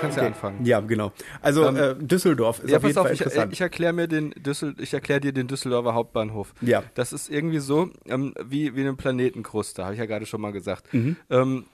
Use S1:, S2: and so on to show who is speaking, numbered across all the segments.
S1: kannst ja anfangen.
S2: Ja, genau. Also
S1: Ähm,
S2: äh, Düsseldorf ist
S1: Ja,
S2: auf jeden
S1: pass auf,
S2: Fall
S1: ich, äh,
S2: interessant.
S1: ich erkläre mir den Düssel, ich erkläre dir den Düsseldorfer Hauptbahnhof.
S2: Ja.
S1: Das ist irgendwie so ähm, wie, wie eine Planetenkruste, habe ich ja gerade schon mal gesagt.
S2: Mhm.
S1: Ähm,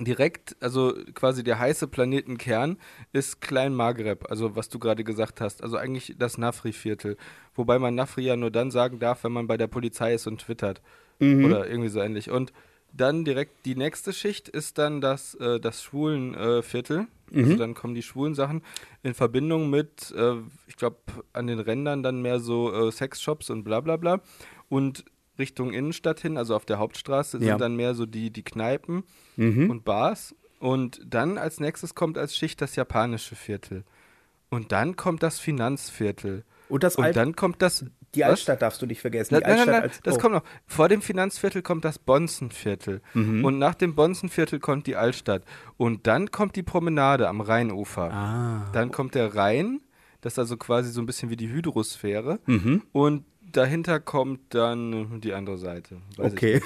S1: direkt, also quasi der heiße Planetenkern ist Klein Maghreb, also was du gerade gesagt hast. Also eigentlich das Nafri-Viertel. Wobei man Nafri ja nur dann sagen darf, wenn man bei der Polizei ist und twittert.
S2: Mhm.
S1: Oder irgendwie so ähnlich. Und dann direkt die nächste Schicht ist dann das, äh, das Schwulenviertel. Äh, Viertel.
S2: Mhm.
S1: Also dann kommen die schwulen Sachen in Verbindung mit, äh, ich glaube, an den Rändern dann mehr so äh, Sexshops und bla bla bla. Und Richtung Innenstadt hin, also auf der Hauptstraße, sind
S2: Ja. Mhm.
S1: dann mehr so die, die Kneipen und Bars. Und dann als nächstes kommt als Schicht das japanische Viertel. Und dann kommt das Finanzviertel.
S2: Und das
S1: und
S2: Alt-
S1: dann kommt das.
S2: die
S1: Was?
S2: Altstadt darfst du nicht vergessen.
S1: Na,
S2: Die
S1: nein, nein,
S2: Altstadt
S1: nein,
S2: als,
S1: das
S2: oh.
S1: kommt noch. Vor dem Finanzviertel kommt das Bonzenviertel.
S2: Mhm.
S1: Und nach dem Bonzenviertel kommt die Altstadt. Und dann kommt die Promenade am Rheinufer.
S2: Ah.
S1: Dann kommt der Rhein. Das ist also quasi so ein bisschen wie die Hydrosphäre.
S2: Mhm.
S1: Und dahinter kommt dann die andere Seite. Weiß ich
S2: Okay.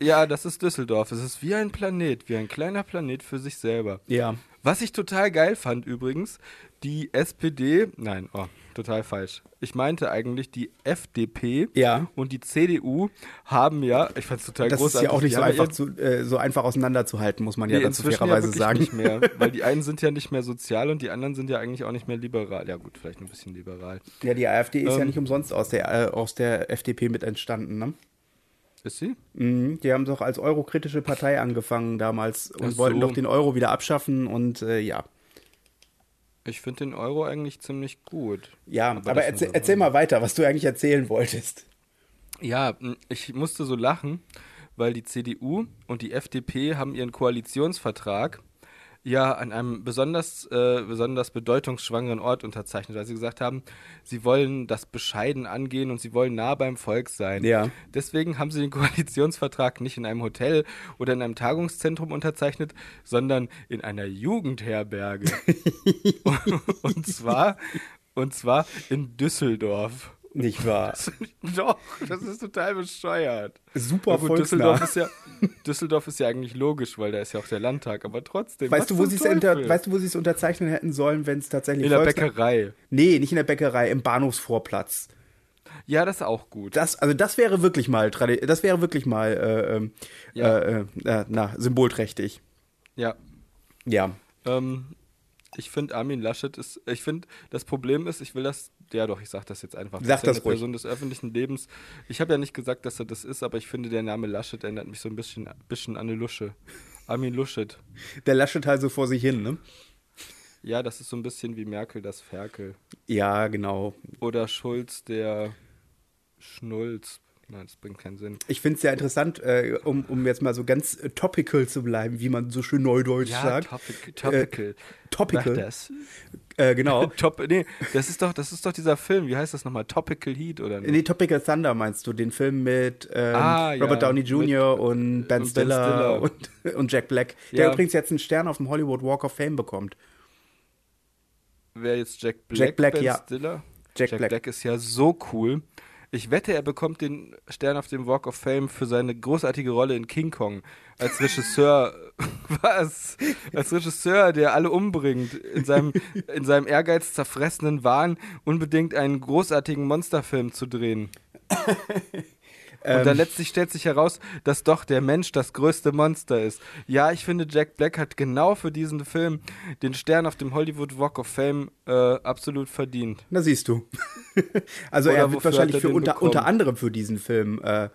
S1: ja, das ist Düsseldorf. Es ist wie ein Planet, wie ein kleiner Planet für sich selber.
S2: Ja.
S1: Was ich total geil fand übrigens, die SPD, nein, oh, total falsch. Ich meinte eigentlich, die FDP
S2: Ja.
S1: und die CDU haben ja, ich fand's total
S2: Das ist
S1: großartig.
S2: ja auch nicht
S1: die
S2: so
S1: haben
S2: einfach,
S1: ihren-
S2: zu, äh, so einfach auseinanderzuhalten, muss man ja
S1: nee,
S2: dazu
S1: inzwischen
S2: fairerweise
S1: wirklich
S2: sagen.
S1: Nicht mehr, weil die einen sind ja nicht mehr sozial und die anderen sind ja eigentlich auch nicht mehr liberal. Ja gut, vielleicht ein bisschen liberal.
S2: Ja, die AfD ist ja
S1: Ähm.
S2: nicht umsonst aus der, äh, aus der FDP mit entstanden. Ne?
S1: Ist sie?
S2: Mhm, Die haben doch als eurokritische Partei angefangen damals und
S1: Ach
S2: wollten
S1: so.
S2: doch den Euro wieder abschaffen und äh, ja.
S1: Ich finde den Euro eigentlich ziemlich gut.
S2: Ja, aber,
S1: das
S2: erzähl,
S1: nur so. ne?
S2: erzähl mal weiter, was du eigentlich erzählen wolltest.
S1: Ja, mh, ich musste so lachen, weil die CDU und die FDP haben ihren Koalitionsvertrag ja an einem besonders, äh, besonders bedeutungsschwangeren Ort unterzeichnet, weil sie gesagt haben, sie wollen das bescheiden angehen und sie wollen nah beim Volk sein.
S2: Ja.
S1: Deswegen haben sie den Koalitionsvertrag nicht in einem Hotel oder in einem Tagungszentrum unterzeichnet, sondern in einer Jugendherberge. und zwar, und zwar in Düsseldorf.
S2: Nicht wahr?
S1: Doch, das ist total bescheuert.
S2: Super
S1: Na
S2: volksnah.
S1: Düsseldorf ist, ja, Düsseldorf ist ja eigentlich logisch, weil da ist ja auch der Landtag, aber trotzdem. was
S2: Weißt du, wo
S1: zum
S2: sie
S1: Teufel?
S2: unter, weißt du, wo sie es unterzeichnen hätten sollen, wenn es tatsächlich
S1: In der
S2: volksnah-
S1: Bäckerei.
S2: Nee, nicht in der Bäckerei, im Bahnhofsvorplatz.
S1: Ja, das ist auch gut.
S2: Das, also das wäre wirklich mal, tradi- das wäre wirklich mal, äh, ähm,
S1: Ja.
S2: äh, äh, äh, na, symbolträchtig.
S1: Ja.
S2: Ja.
S1: Ähm, ich finde Armin Laschet ist, ich finde, das Problem ist, ich will das, ja doch, ich sag das jetzt einfach.
S2: Sag
S1: ist ja
S2: das
S1: eine
S2: ruhig.
S1: Person des öffentlichen Lebens. Ich habe ja nicht gesagt, dass er das ist, aber ich finde, der Name Laschet erinnert mich so ein bisschen, bisschen an eine Lusche. Armin Laschet.
S2: Der Laschet halt so vor sich hin, ne?
S1: Ja, das ist so ein bisschen wie Merkel das Ferkel.
S2: Ja, genau.
S1: Oder Schulz der Schnulz. Nein, das bringt keinen Sinn.
S2: Ich finde es sehr interessant, äh, um, um jetzt mal so ganz äh, topical zu bleiben, wie man so schön neudeutsch sagt.
S1: topic, topical.
S2: äh, topical.
S1: Sag das.
S2: Äh, genau.
S1: Top, nee, das ist doch, das ist doch dieser Film. Wie heißt das nochmal? Topical Heat oder nicht?
S2: Nee, Topical Thunder meinst du, den Film mit ähm,
S1: Ah, ja,
S2: Robert Downey Jr.
S1: mit,
S2: und Ben
S1: und Ben
S2: Stiller,
S1: Stiller.
S2: Und, und Jack Black,
S1: Ja.
S2: der übrigens jetzt einen Stern auf dem Hollywood Walk of Fame bekommt.
S1: Wer jetzt Jack Black?
S2: Jack Black,
S1: ben
S2: ja.
S1: Stiller?
S2: Jack Black.
S1: ist ja so cool. Ich wette, er bekommt den Stern auf dem Walk of Fame für seine großartige Rolle in King Kong als Regisseur. was? Als Regisseur, der alle umbringt, in seinem, in seinem Ehrgeiz zerfressenen Wahn unbedingt einen großartigen Monsterfilm zu drehen. Und
S2: Ähm.
S1: dann letztlich stellt sich heraus, dass doch der Mensch das größte Monster ist. Ja, ich finde, Jack Black hat genau für diesen Film den Stern auf dem Hollywood Walk of Fame äh, absolut verdient.
S2: Na siehst du. also
S1: Oder
S2: er wird
S1: wofür
S2: wahrscheinlich
S1: hat er
S2: für
S1: den
S2: unter,
S1: bekommen?
S2: unter anderem für diesen Film äh,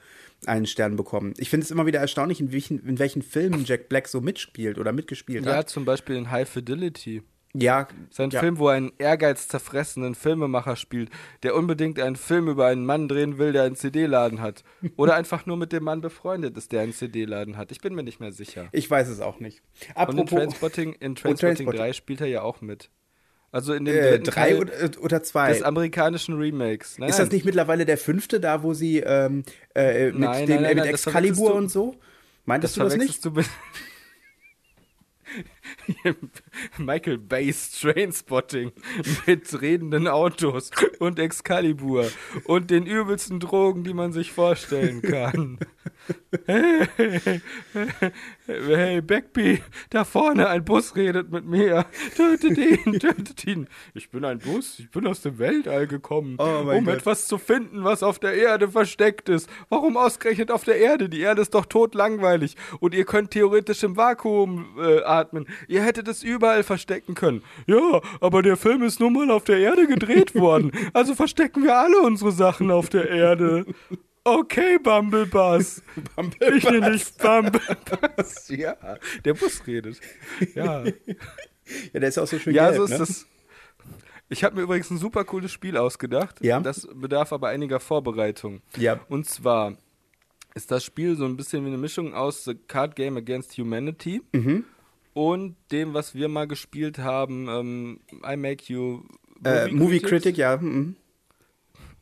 S2: einen Stern bekommen. Ich finde es immer wieder erstaunlich, in welchen, in welchen Filmen Jack Black so mitspielt oder mitgespielt
S1: Ja,
S2: hat.
S1: zum Beispiel in High Fidelity.
S2: Ja,
S1: Sein
S2: ja.
S1: Film, wo er einen ehrgeizzerfressenen Filmemacher spielt, der unbedingt einen Film über einen Mann drehen will, der einen CD-Laden hat. Oder einfach nur mit dem Mann befreundet ist, der einen CD-Laden hat. Ich bin mir nicht mehr sicher.
S2: Ich weiß es auch nicht.
S1: Und in
S2: Apropos
S1: Trainspotting, in Trainspotting
S2: Trainspotting.
S1: 3 spielt er ja auch mit. Also in dem
S2: äh,
S1: dritten
S2: drei
S1: Teil
S2: oder, äh, oder zwei.
S1: des amerikanischen Remakes. Nein,
S2: Ist das
S1: nein.
S2: nicht mittlerweile der fünfte da, wo sie ähm, äh, mit,
S1: Nein, nein, nein,
S2: dem, äh, mit
S1: nein, das
S2: Excalibur
S1: verwechselst du-
S2: und so? Meintest du das nicht?
S1: verwechselst Du mit Michael Bay's Trainspotting mit redenden Autos und Excalibur und den übelsten Drogen, die man sich vorstellen kann. Hey, hey, hey Beckby, da vorne ein Bus redet mit mir. Tötet ihn, tötet ihn. Ich bin ein Bus, ich bin aus dem Weltall gekommen,
S2: Oh mein
S1: um
S2: Gott.
S1: etwas zu finden, was auf der Erde versteckt ist. Warum ausgerechnet auf der Erde? Die Erde ist doch totlangweilig und ihr könnt theoretisch im Vakuum äh, atmen. Ihr hättet es überall verstecken können. Ja, aber der Film ist nun mal auf der Erde gedreht worden. Also verstecken wir alle unsere Sachen auf der Erde. Okay, Bumblebass. Ich nenne dich Bumblebass. Ja, der Bus redet. Ja,
S2: Ja, der ist auch so schön
S1: ja
S2: gelb,
S1: so ist
S2: ne?
S1: das. Ich habe mir übrigens ein super cooles Spiel ausgedacht.
S2: Ja.
S1: Das bedarf aber einiger Vorbereitung.
S2: Ja.
S1: Und zwar ist das Spiel so ein bisschen wie eine Mischung aus The Card Game Against Humanity und dem, was wir mal gespielt haben, ähm, I Make You
S2: Äh, Movie
S1: Critics
S2: Critic, ja. mhm.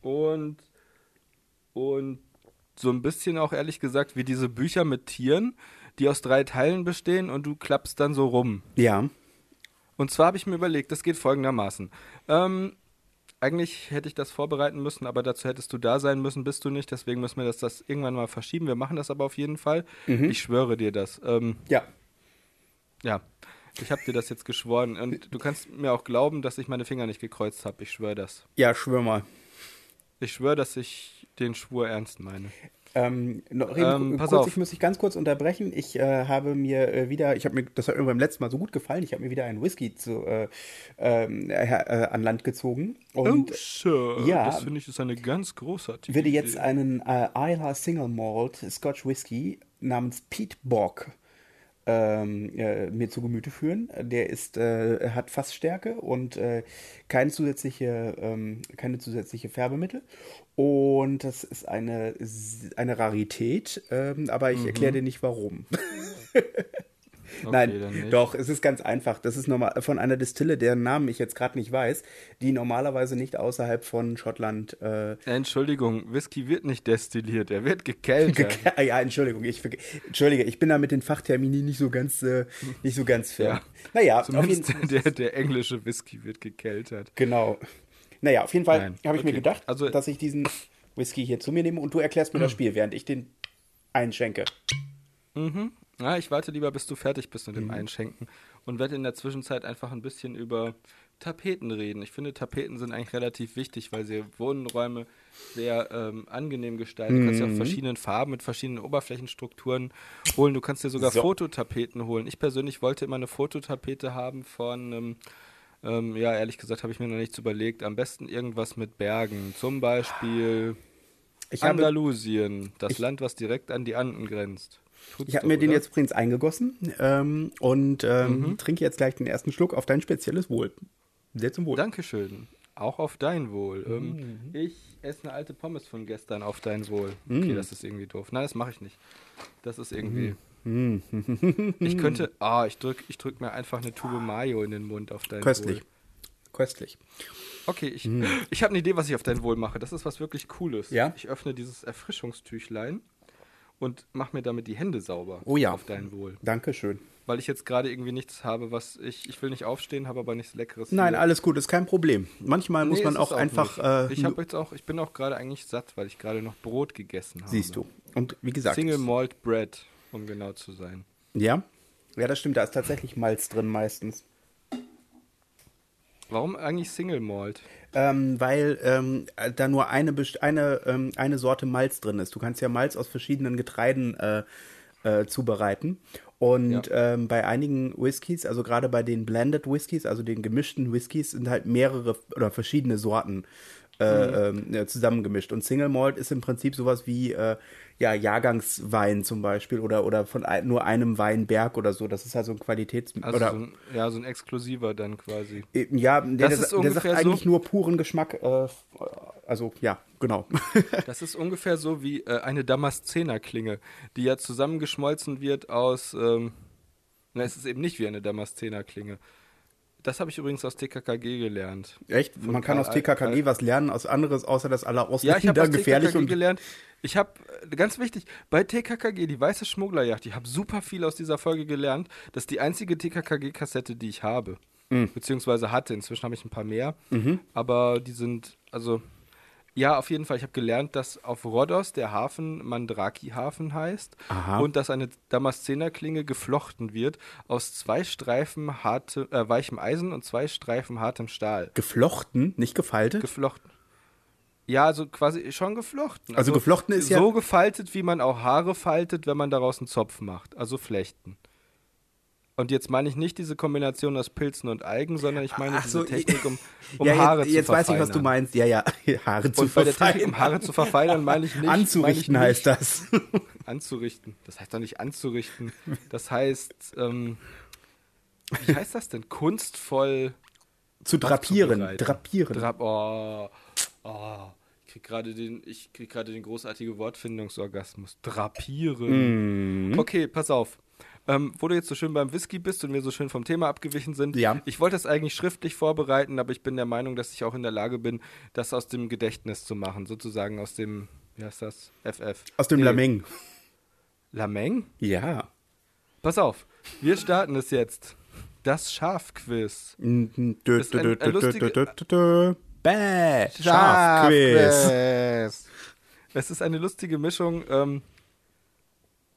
S1: und und so ein bisschen auch ehrlich gesagt wie diese Bücher mit Tieren, die aus drei Teilen bestehen und du klappst dann so rum.
S2: Ja.
S1: Und zwar habe ich mir überlegt, das geht folgendermaßen. Ähm, eigentlich hätte ich das vorbereiten müssen, aber dazu hättest du da sein müssen, bist du nicht. Deswegen müssen wir das, das irgendwann mal verschieben. Wir machen das aber auf jeden Fall.
S2: Mhm.
S1: Ich schwöre dir das. Ähm,
S2: Ja.
S1: ja, ich habe dir das jetzt geschworen. Und du kannst mir auch glauben, dass ich meine Finger nicht gekreuzt habe. Ich schwöre das.
S2: Ja, schwör mal.
S1: Ich schwöre, dass ich den Schwur ernst meine.
S2: Ähm, noch eben
S1: Ähm,
S2: ku-
S1: pass
S2: kurz,
S1: auf.
S2: ich muss dich ganz kurz unterbrechen. Ich äh, habe mir äh, wieder, ich habe mir, das hat mir beim letzten Mal so gut gefallen, ich habe mir wieder einen Whisky zu, äh, ähm, her- äh, an Land gezogen und
S1: oh, sure.
S2: ja.
S1: Das finde ich ist eine ganz großartige
S2: würde
S1: Idee.
S2: jetzt einen äh, Isla Single Malt Scotch Whisky namens Pete Bock ähm, äh, mir zu Gemüte führen. Der ist, äh, hat Fassstärke und äh, keine zusätzliche, ähm, keine zusätzliche Färbemittel. Und das ist eine, S- eine Rarität, ähm, aber ich erkläre dir nicht warum.
S1: Mhm. Okay, dann
S2: Nein,
S1: nicht.
S2: doch, es ist ganz einfach. Das ist normal von einer Distille, deren Namen ich jetzt gerade nicht weiß, die normalerweise nicht außerhalb von Schottland äh,
S1: Entschuldigung, Whisky wird nicht destilliert, er wird gekeltert.
S2: Gek- ja, Entschuldigung, ich, verge- Entschuldige, ich bin da mit den Fachtermini nicht so ganz, äh, nicht so ganz fair.
S1: Ja.
S2: Naja, auf jeden
S1: Zumindest
S2: Fall.
S1: der, der englische Whisky wird gekeltert.
S2: Genau. Naja, auf jeden Fall habe
S1: Nein,
S2: ich mir
S1: okay.
S2: gedacht,
S1: Also-
S2: dass ich diesen Whisky hier zu mir nehme und du erklärst mir das Spiel, während ich den einschenke.
S1: Na, ich warte lieber, bis du fertig bist
S2: Mhm.
S1: mit dem Einschenken und werde in der Zwischenzeit einfach ein bisschen über Tapeten reden. Ich finde, Tapeten sind eigentlich relativ wichtig, weil sie Wohnräume sehr ähm, angenehm gestalten. Du kannst
S2: Mhm.
S1: sie auf verschiedenen Farben mit verschiedenen Oberflächenstrukturen holen. Du kannst dir sogar
S2: So.
S1: Fototapeten holen. Ich persönlich wollte immer eine Fototapete haben von. Ähm, ähm, ja, ehrlich gesagt habe ich mir noch nichts überlegt. Am besten irgendwas mit Bergen. Zum Beispiel
S2: Ich habe,
S1: Andalusien, das Land, was direkt an die Anden grenzt. Tut's
S2: ich habe
S1: doch,
S2: mir den
S1: oder?
S2: jetzt übrigens eingegossen ähm, und ähm, trinke jetzt gleich den ersten Schluck auf dein spezielles Wohl. Sehr zum Wohl. Mhm.
S1: Dankeschön. Auch auf dein Wohl. Ähm, ich esse eine alte Pommes von gestern auf dein Wohl.
S2: Mhm.
S1: Okay, das ist irgendwie doof. Nein, das mache ich nicht. Das ist irgendwie.
S2: Mhm.
S1: ich könnte. Ah, ich drück, ich drück mir einfach eine Tube Mayo in den Mund auf dein
S2: Köstlich.
S1: Wohl.
S2: Köstlich.
S1: Okay, ich, ich habe eine Idee, was ich auf dein Wohl mache. Das ist was wirklich Cooles.
S2: Ja?
S1: Ich öffne dieses Erfrischungstüchlein und mache mir damit die Hände sauber.
S2: Oh ja.
S1: Auf dein Wohl.
S2: Dankeschön.
S1: Weil ich jetzt gerade irgendwie nichts habe, was ich. Ich will nicht aufstehen, habe aber nichts Leckeres.
S2: Nein,
S1: hier.
S2: alles gut, ist kein Problem. Manchmal muss
S1: Nee,
S2: man
S1: es
S2: auch,
S1: ist
S2: einfach.
S1: nicht.
S2: Äh,
S1: ich habe jetzt auch, ich bin auch gerade eigentlich satt, weil ich gerade noch Brot gegessen habe.
S2: siehst du. Und wie gesagt,
S1: Single
S2: es-
S1: Malt Bread, um genau zu sein.
S2: Ja. Ja, das stimmt. Da ist tatsächlich Malz drin meistens.
S1: Warum eigentlich Single Malt?
S2: Ähm, weil ähm, da nur eine, best- eine, ähm, eine Sorte Malz drin ist. Du kannst ja Malz aus verschiedenen Getreiden äh, äh, zubereiten. Und ähm, bei einigen Whiskys, also gerade bei den Blended Whiskys, also den gemischten Whiskys, sind halt mehrere oder verschiedene Sorten äh,
S1: Mhm.
S2: ähm, äh, zusammengemischt. Und Single Malt ist im Prinzip sowas wie äh, ja, Jahrgangswein zum Beispiel oder, oder von ein, nur einem Weinberg oder so. Das ist halt so ein Qualitäts-
S1: Also
S2: oder
S1: so ein, ja, so ein exklusiver dann quasi.
S2: Eben, Ja, der,
S1: Das ist
S2: der, der sagt
S1: ungefähr
S2: eigentlich
S1: so-
S2: nur puren Geschmack. Äh, also, ja, genau.
S1: Das ist ungefähr so wie äh, eine Damaszener Klinge, die ja zusammengeschmolzen wird aus ähm, na, es ist eben nicht wie eine Damaszener Klinge. Das habe ich übrigens aus TKKG gelernt.
S2: Echt? Man kann aus TKKG was lernen, aus anderes, außer dass alle
S1: Ja, ich habe
S2: Ausländer
S1: aus
S2: gefährlich
S1: TKKG
S2: und
S1: gelernt. Ich habe, ganz wichtig, bei TKKG, die weiße Schmugglerjacht, ich habe super viel aus dieser Folge gelernt. Das ist die einzige TKKG-Kassette, die ich habe.
S2: Mhm.
S1: Beziehungsweise hatte. Inzwischen habe ich ein paar mehr. Aber die sind, also, ja, auf jeden Fall. Ich habe gelernt, dass auf Rhodos der Hafen Mandraki-Hafen heißt.
S2: Aha.
S1: Und dass eine Damaszenerklinge geflochten wird aus zwei Streifen harte, äh, weichem Eisen und zwei Streifen hartem Stahl.
S2: geflochten, nicht gefaltet.
S1: Geflochten. Ja, also quasi schon geflochten.
S2: Also geflochten ist ja-
S1: So gefaltet, wie man auch Haare faltet, wenn man daraus einen Zopf macht. Also flechten. Und jetzt meine ich nicht diese Kombination aus Pilzen und Algen, sondern ich meine
S2: Ach
S1: diese
S2: so,
S1: Technik, um, um
S2: ja,
S1: Haare
S2: jetzt,
S1: zu
S2: jetzt weiß ich, was du
S1: verfeinern.
S2: meinst. Ja, ja, Haare zu
S1: Und bei der Technik,
S2: verfeinern.
S1: um Haare zu verfeinern, meine ich nicht.
S2: Anzurichten
S1: meine ich
S2: heißt das.
S1: das. Anzurichten. Das heißt doch nicht anzurichten. Das heißt, ähm, wie heißt das denn? Kunstvoll.
S2: zu drapieren,
S1: Aufzubereiten.
S2: drapieren.
S1: Drap oh, oh. Ich krieg gerade den, ich krieg gerade den großartigen Wortfindungsorgasmus. Drapieren.
S2: Mhm.
S1: Okay, pass auf. Ähm, wo du jetzt so schön beim Whisky bist und wir so schön vom Thema abgewichen sind.
S2: Ja.
S1: Ich wollte das eigentlich schriftlich vorbereiten, aber ich bin der Meinung, dass ich auch in der Lage bin, das aus dem Gedächtnis zu machen. Sozusagen aus dem, wie heißt das? FF.
S2: Aus dem
S1: Nee,
S2: Lameng.
S1: Lameng?
S2: Ja.
S1: Pass auf. Wir starten es jetzt. Das Schafquiz.
S2: Dö, dö,
S1: Ist ein-
S2: dö,
S1: ein
S2: dö,
S1: lustige-
S2: dö, dö, dö. Bäh, Schafquiz.
S1: Schafquiz. Es ist eine lustige Mischung. Ähm,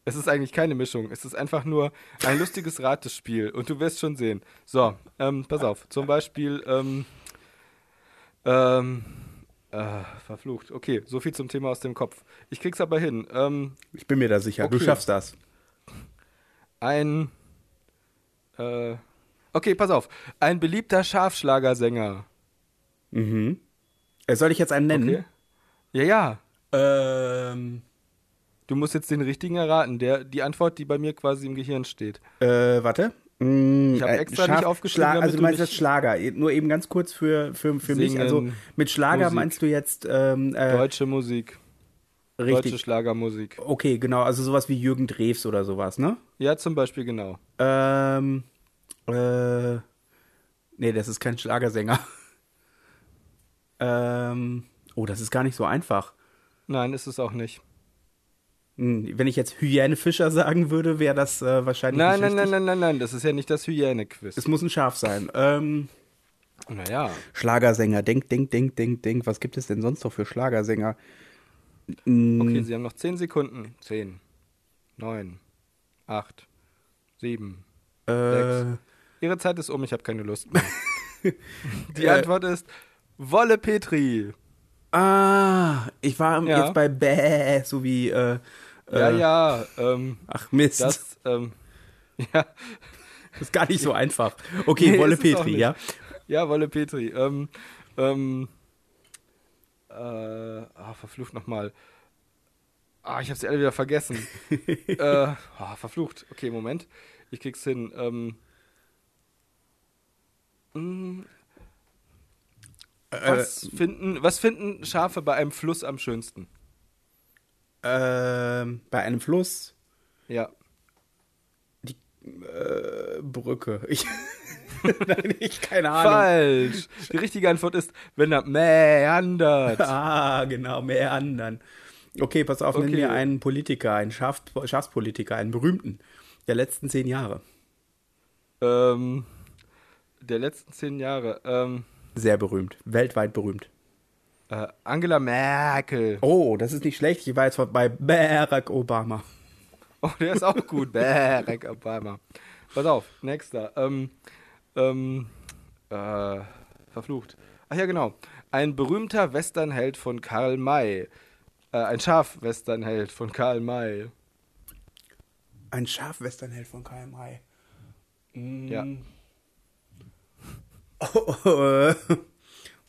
S1: es ist eigentlich keine Mischung. Es ist einfach nur ein lustiges Ratespiel. Und du wirst schon sehen. So, ähm, pass auf. Zum Beispiel, ähm, ähm, äh, verflucht. Okay, so viel zum Thema aus dem Kopf. Ich krieg's aber hin. Ähm,
S2: Ich bin mir da sicher, du
S1: Okay.
S2: schaffst das.
S1: ein. Äh, okay, pass auf. Ein beliebter Schafschlagersänger.
S2: Mhm. Äh, Soll ich jetzt einen nennen?
S1: Okay. Ja, ja.
S2: Ähm.
S1: Du musst jetzt den richtigen erraten, der die Antwort, die bei mir quasi im Gehirn steht.
S2: Äh, warte. Mm,
S1: Ich hab
S2: äh,
S1: extra nicht aufgeschrieben,
S2: Schla-
S1: damit
S2: also du
S1: du
S2: meinst
S1: nicht-
S2: jetzt Schlager. Nur eben ganz kurz für, für, für mich.
S1: Singen,
S2: Also mit Schlager
S1: Musik.
S2: meinst du jetzt ähm, äh,
S1: Deutsche Musik. Deutsche
S2: richtig.
S1: Schlagermusik.
S2: Okay, genau. Also sowas wie Jürgen Drews oder sowas, ne?
S1: Ja, zum Beispiel genau.
S2: Ähm, äh, nee, das ist kein Schlagersänger. ähm, oh, das ist gar nicht so einfach.
S1: Nein, ist es auch nicht.
S2: Hm, Wenn ich jetzt Hyäne Fischer sagen würde, wäre das äh, wahrscheinlich
S1: Nein, nein,
S2: nicht richtig.
S1: nein, nein, nein, nein. Das ist ja nicht das
S2: Es
S1: Hyäne-Quiz.
S2: muss ein Schaf sein. Ähm,
S1: Naja.
S2: Schlagersänger, denk, denk, denk, denk, denk. Was gibt es denn sonst noch für Schlagersänger? Mm,
S1: Okay, Sie haben noch 10 Sekunden. 10, 9, 8, 7.
S2: äh,
S1: Ihre Zeit ist um, ich habe keine Lust mehr. die
S2: Äh.
S1: Antwort ist Wolle Petri.
S2: ah, ich war
S1: Ja.
S2: jetzt bei Bäh, so wie, äh,
S1: Ja,
S2: äh,
S1: ja. Ähm,
S2: ach Mist, das
S1: das, ähm, ja.
S2: ist gar nicht so einfach. Okay,
S1: Nee,
S2: Wolle
S1: ist es auch
S2: Petri,
S1: nicht.
S2: ja.
S1: Ja, Wolle Petri. Ähm, ähm, äh, ah, verflucht nochmal. Ah, ich hab's alle wieder vergessen. äh, ah, verflucht. Okay, Moment. Ich krieg's hin. Ähm, mm,
S2: Äh,
S1: was, finden, was finden Schafe bei einem Fluss am schönsten?
S2: Ähm, bei einem Fluss,
S1: Ja.
S2: äh, Brücke. Ich, nein, ich keine Ahnung.
S1: Falsch! Die richtige Antwort ist, wenn er meandert.
S2: Ah, genau, mehr anderen. Okay, pass auf, nenn
S1: Okay.
S2: mir einen Politiker, einen Schaf Schafspolitiker, einen berühmten der letzten zehn Jahre.
S1: ähm, der letzten zehn Jahre. Ähm,
S2: Sehr berühmt, weltweit berühmt.
S1: äh, Angela Merkel.
S2: Oh, das ist nicht schlecht. Ich war jetzt bei Barack Obama.
S1: Oh, der ist auch gut. Barack Obama. Pass auf, nächster. Ähm, ähm, äh, verflucht. Ach ja, genau. Ein berühmter Westernheld von Karl May. Äh, ein Schaf-Westernheld von Karl May.
S2: Ein Schafwesternheld von KMI.
S1: Ja.
S2: Oh, äh,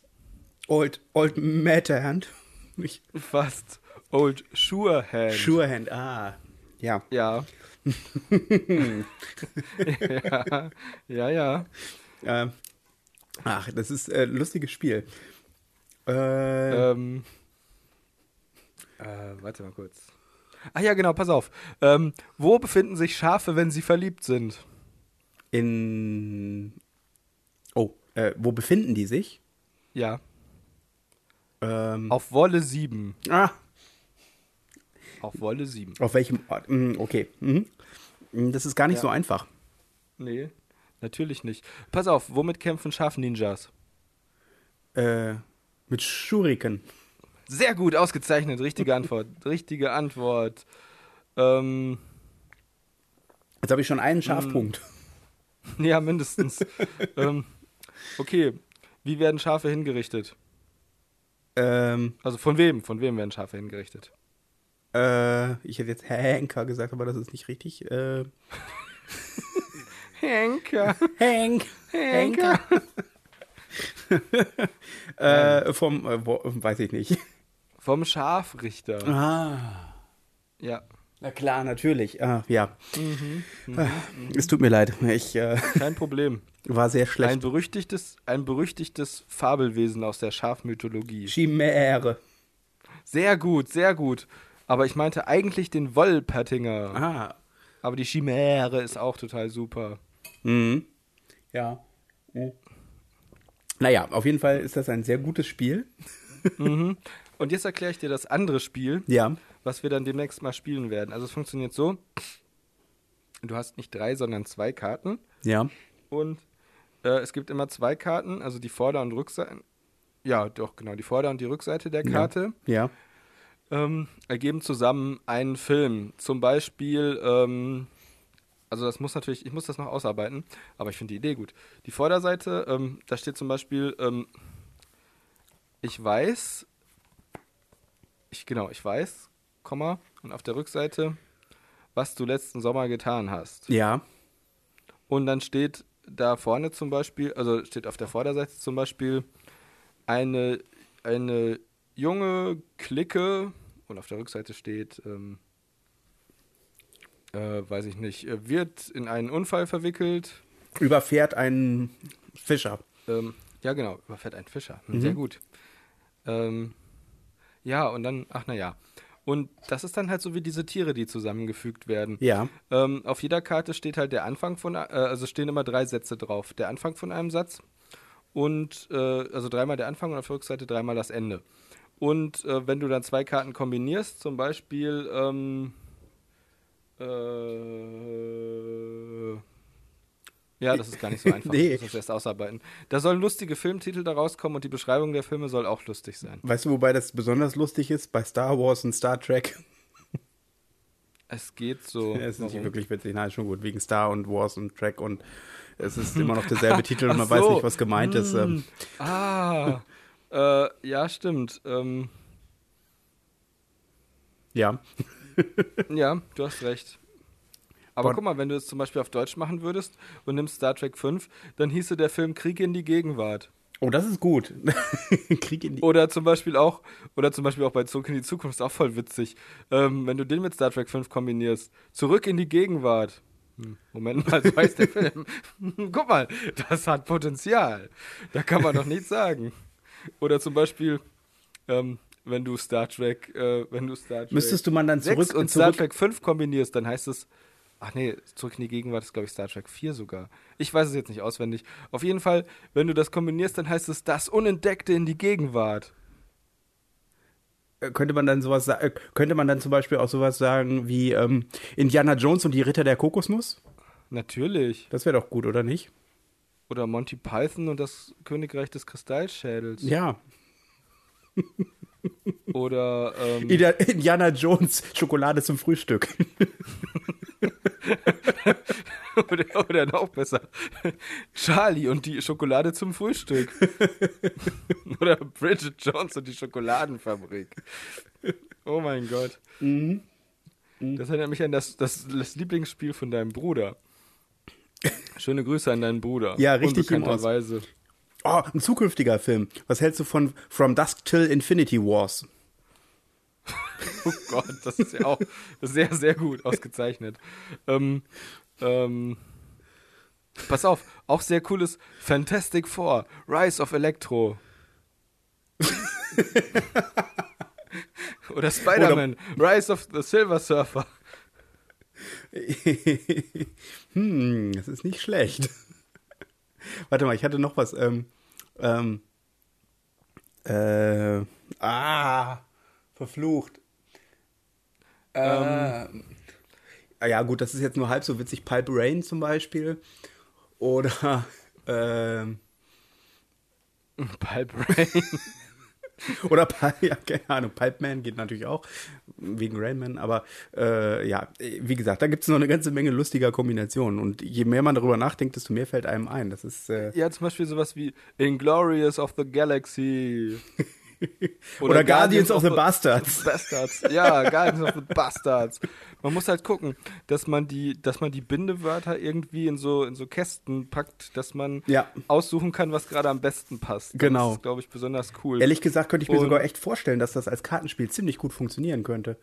S2: old, old Matterhand. Ich-
S1: Fast. Old Surehand.
S2: Surehand, ah. Ja.
S1: ja. ja. Ja, ja.
S2: Äh, ach, das ist äh, ein lustiges Spiel. Äh,
S1: Ähm, äh, warte mal kurz. Ach ja, genau, pass auf. Ähm, wo befinden sich Schafe, wenn sie verliebt sind?
S2: In. Äh, wo befinden die sich?
S1: Ja.
S2: Ähm,
S1: Auf Wolle 7.
S2: ah,
S1: Auf Wolle 7.
S2: auf welchem Ort? Hm, okay. Mhm. Hm, Das ist gar nicht
S1: Ja.
S2: so einfach.
S1: Nee, natürlich nicht. Pass auf, womit kämpfen Schafninjas?
S2: Äh, mit Schuriken.
S1: Sehr gut, ausgezeichnet. Richtige Antwort. Richtige Antwort. Ähm,
S2: Jetzt habe ich schon einen Scharfpunkt.
S1: ja, mindestens. ähm, okay, wie werden Schafe hingerichtet?
S2: Ähm,
S1: Also von wem? Von wem werden Schafe hingerichtet?
S2: äh, ich hätte jetzt Herr Henker gesagt, aber das ist nicht richtig. Äh,
S1: Henker.
S2: Henk!
S1: Henker.
S2: Äh, vom, äh, wo, weiß ich nicht.
S1: Vom Scharfrichter.
S2: Ah.
S1: Ja,
S2: Na klar, natürlich. Ah, ja. Ah, es tut mir leid. Ich äh,
S1: kein Problem.
S2: war sehr schlecht.
S1: Ein berüchtigtes, ein berüchtigtes Fabelwesen aus der Schafmythologie.
S2: Chimäre.
S1: Sehr gut, sehr gut. Aber ich meinte eigentlich den Wollpattinger.
S2: Ah.
S1: Aber die Chimäre ist auch total super.
S2: Mhm. Ja. Mhm. Naja, auf jeden Fall ist das ein sehr gutes Spiel.
S1: Und jetzt erkläre ich dir das andere Spiel,
S2: Ja.
S1: was wir dann demnächst mal spielen werden. Also es funktioniert so. Du hast nicht drei, sondern zwei Karten.
S2: Ja.
S1: Und äh, es gibt immer zwei Karten, also die Vorder- und Rückseite. Ja, doch, genau, die Vorder- und die Rückseite der Karte
S2: Ja.
S1: ähm, ergeben zusammen einen Film. Zum Beispiel, ähm, also das muss natürlich, ich muss das noch ausarbeiten, aber ich finde die Idee gut. Die Vorderseite, ähm, da steht zum Beispiel, ähm, ich weiß, ich, genau, ich weiß, Komma, und auf der Rückseite, was du letzten Sommer getan hast.
S2: Ja.
S1: Und dann steht da vorne zum Beispiel, also steht auf der Vorderseite zum Beispiel eine, eine junge Clique und auf der Rückseite steht, ähm, äh, weiß ich nicht, äh, wird in einen Unfall verwickelt.
S2: Überfährt ein Fischer.
S1: Ähm, ja, genau, überfährt ein Fischer. Hm, Sehr gut. Ähm, ja, und dann, ach naja. Und das ist dann halt so wie diese Tiere, die zusammengefügt werden.
S2: Ja.
S1: Ähm, auf jeder Karte steht halt der Anfang von, äh, also stehen immer drei Sätze drauf. Der Anfang von einem Satz und, äh, also dreimal der Anfang und auf der Rückseite dreimal das Ende. Und äh, wenn du dann zwei Karten kombinierst, zum Beispiel, ähm, äh, ja, das ist gar nicht so einfach.
S2: Nee.
S1: Ich muss das erst ausarbeiten. Da sollen lustige Filmtitel daraus kommen und die Beschreibung der Filme soll auch lustig sein.
S2: Weißt du, wobei das besonders lustig ist? Bei Star Wars und Star Trek.
S1: Es geht so.
S2: Ja, es ist nicht
S1: Oh, Warum?
S2: wirklich witzig. Nein, schon gut. Wegen Star und Wars und Track und es ist immer noch derselbe Titel und
S1: Ach
S2: man
S1: so. Hm. Mm.
S2: weiß nicht, was gemeint ist. Ähm,
S1: Ah, äh, ja, stimmt. Ähm,
S2: ja.
S1: ja, du hast recht. Aber
S2: Bon-
S1: guck mal, wenn du es zum Beispiel auf Deutsch machen würdest und nimmst Star Trek 5, dann hieße der Film Krieg in die Gegenwart.
S2: Oh, das ist gut. Krieg in die.
S1: Oder zum Beispiel auch, oder zum Beispiel auch bei Zurück in die Zukunft, ist auch voll witzig. Ähm, wenn du den mit Star Trek 5 kombinierst, Zurück in die Gegenwart. Hm, Moment mal, so heißt der Film. Guck mal, das hat Potenzial. Da kann man doch nichts sagen. Oder zum Beispiel, ähm, wenn du Star Trek, äh, wenn du Star Trek
S2: Müsstest du man dann
S1: sechs
S2: zurück
S1: und Star
S2: zurück
S1: Trek 5 kombinierst, dann heißt es, ach nee, zurück in die Gegenwart ist, glaube ich, Star Trek 4 sogar. Ich weiß es jetzt nicht auswendig. Auf jeden Fall, wenn du das kombinierst, dann heißt es das Unentdeckte in die Gegenwart.
S2: Äh, könnte man dann sowas sa- äh, könnte man dann zum Beispiel auch sowas sagen wie ähm, Indiana Jones und die Ritter der Kokosnuss?
S1: Natürlich.
S2: Das wäre doch gut, oder nicht?
S1: Oder Monty Python und das Königreich des Kristallschädels.
S2: Ja.
S1: Oder ähm,
S2: Ida- Indiana Jones Schokolade zum Frühstück.
S1: oder, oder noch besser. Charlie und die Schokolade zum Frühstück. oder Bridget Jones und die Schokoladenfabrik. Oh mein Gott.
S2: Mhm.
S1: Das erinnert mich an das, das, das Lieblingsspiel von deinem Bruder. Schöne Grüße an deinen Bruder.
S2: Ja, richtig ihm aus.
S1: Unbekannterweise.
S2: Oh, ein zukünftiger Film. Was hältst du von From Dusk Till Infinity Wars?
S1: Oh Gott, das ist ja auch sehr, sehr gut ausgezeichnet. Ähm, ähm, pass auf, auch sehr cooles Fantastic Four, Rise of Electro. Oder Spider-Man, Rise of the Silver Surfer.
S2: hm, das ist nicht schlecht. Warte mal, ich hatte noch was. Ähm, ähm, äh, ah, verflucht. Ähm, ja, gut, das ist jetzt nur halb so witzig. Pipe Rain zum Beispiel. Oder. Ähm,
S1: Pipe Rain.
S2: Oder, Pi- ja, keine Ahnung, Pipeman geht natürlich auch, wegen Rainman, aber äh, ja, wie gesagt, da gibt es noch eine ganze Menge lustiger Kombinationen und je mehr man darüber nachdenkt, desto mehr fällt einem ein. Das ist, äh,
S1: Ja, zum Beispiel sowas wie Inglorious of the Galaxy.
S2: oder, Guardians of the Bastards.
S1: Bastards. Ja, Guardians of the Bastards. Man muss halt gucken, dass man die, dass man die Bindewörter irgendwie in so, in so Kästen packt, dass man
S2: Ja.
S1: aussuchen kann, was gerade am besten passt.
S2: Genau.
S1: Das ist, glaube ich, besonders cool.
S2: Ehrlich gesagt könnte ich mir
S1: Und-
S2: sogar echt vorstellen, dass das als Kartenspiel ziemlich gut funktionieren könnte.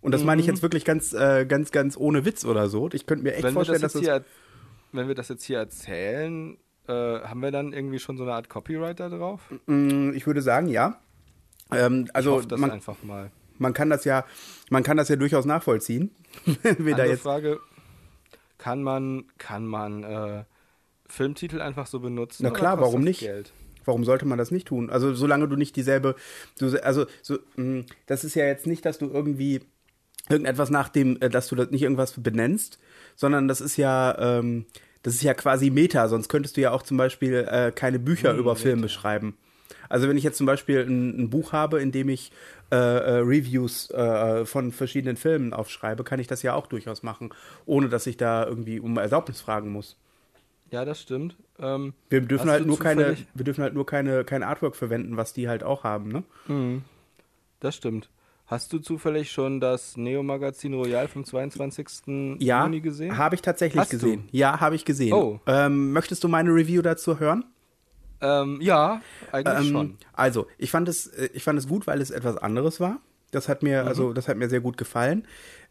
S2: Und das meine ich jetzt wirklich ganz, äh, ganz, ganz ohne Witz oder so. Ich könnte mir echt
S1: Mhm. wenn wir,
S2: vorstellen,
S1: das jetzt
S2: dass das...
S1: hier, er- wenn wir das jetzt hier erzählen, äh, haben wir dann irgendwie schon so eine Art Copyright da drauf?
S2: Mm, ich würde sagen, ja. Ähm, also
S1: Hoff das
S2: man,
S1: einfach mal.
S2: man kann das ja, man kann das ja durchaus nachvollziehen. wenn wir da
S1: Andere
S2: jetzt
S1: Frage, kann man, kann man äh, Filmtitel einfach so benutzen?
S2: Na
S1: oder
S2: klar,
S1: kostet
S2: warum
S1: das
S2: nicht?
S1: Geld?
S2: Warum sollte man das nicht tun? Also solange du nicht dieselbe, du, also so, mh, das ist ja jetzt nicht, dass du irgendwie irgendetwas nach dem, äh, dass du das nicht irgendwas benennst, sondern das ist ja, ähm, das ist ja quasi Meta. Sonst könntest du ja auch zum Beispiel äh, keine Bücher über Filme schreiben. Also wenn ich jetzt zum Beispiel ein, ein Buch habe, in dem ich äh, äh, Reviews äh, von verschiedenen Filmen aufschreibe, kann ich das ja auch durchaus machen, ohne dass ich da irgendwie um Erlaubnis fragen muss.
S1: Ja, das stimmt. Ähm,
S2: Wir dürfen
S1: hast
S2: halt
S1: du
S2: nur keine,
S1: zufällig-
S2: wir dürfen halt nur keine, kein Artwork verwenden, was die halt auch haben, ne?
S1: Das stimmt. Hast du zufällig schon das Neo-Magazin Royal vom 22.
S2: Ja,
S1: Juni gesehen?
S2: habe ich tatsächlich
S1: Hast du?
S2: gesehen. Ja, habe ich gesehen.
S1: Oh.
S2: Ähm, möchtest du meine Review dazu hören?
S1: ähm, ja, eigentlich
S2: Ähm,
S1: schon.
S2: Also, ich fand es, äh, ich fand es gut, weil es etwas anderes war. Das hat mir,
S1: Mhm.
S2: also, das hat mir sehr gut gefallen.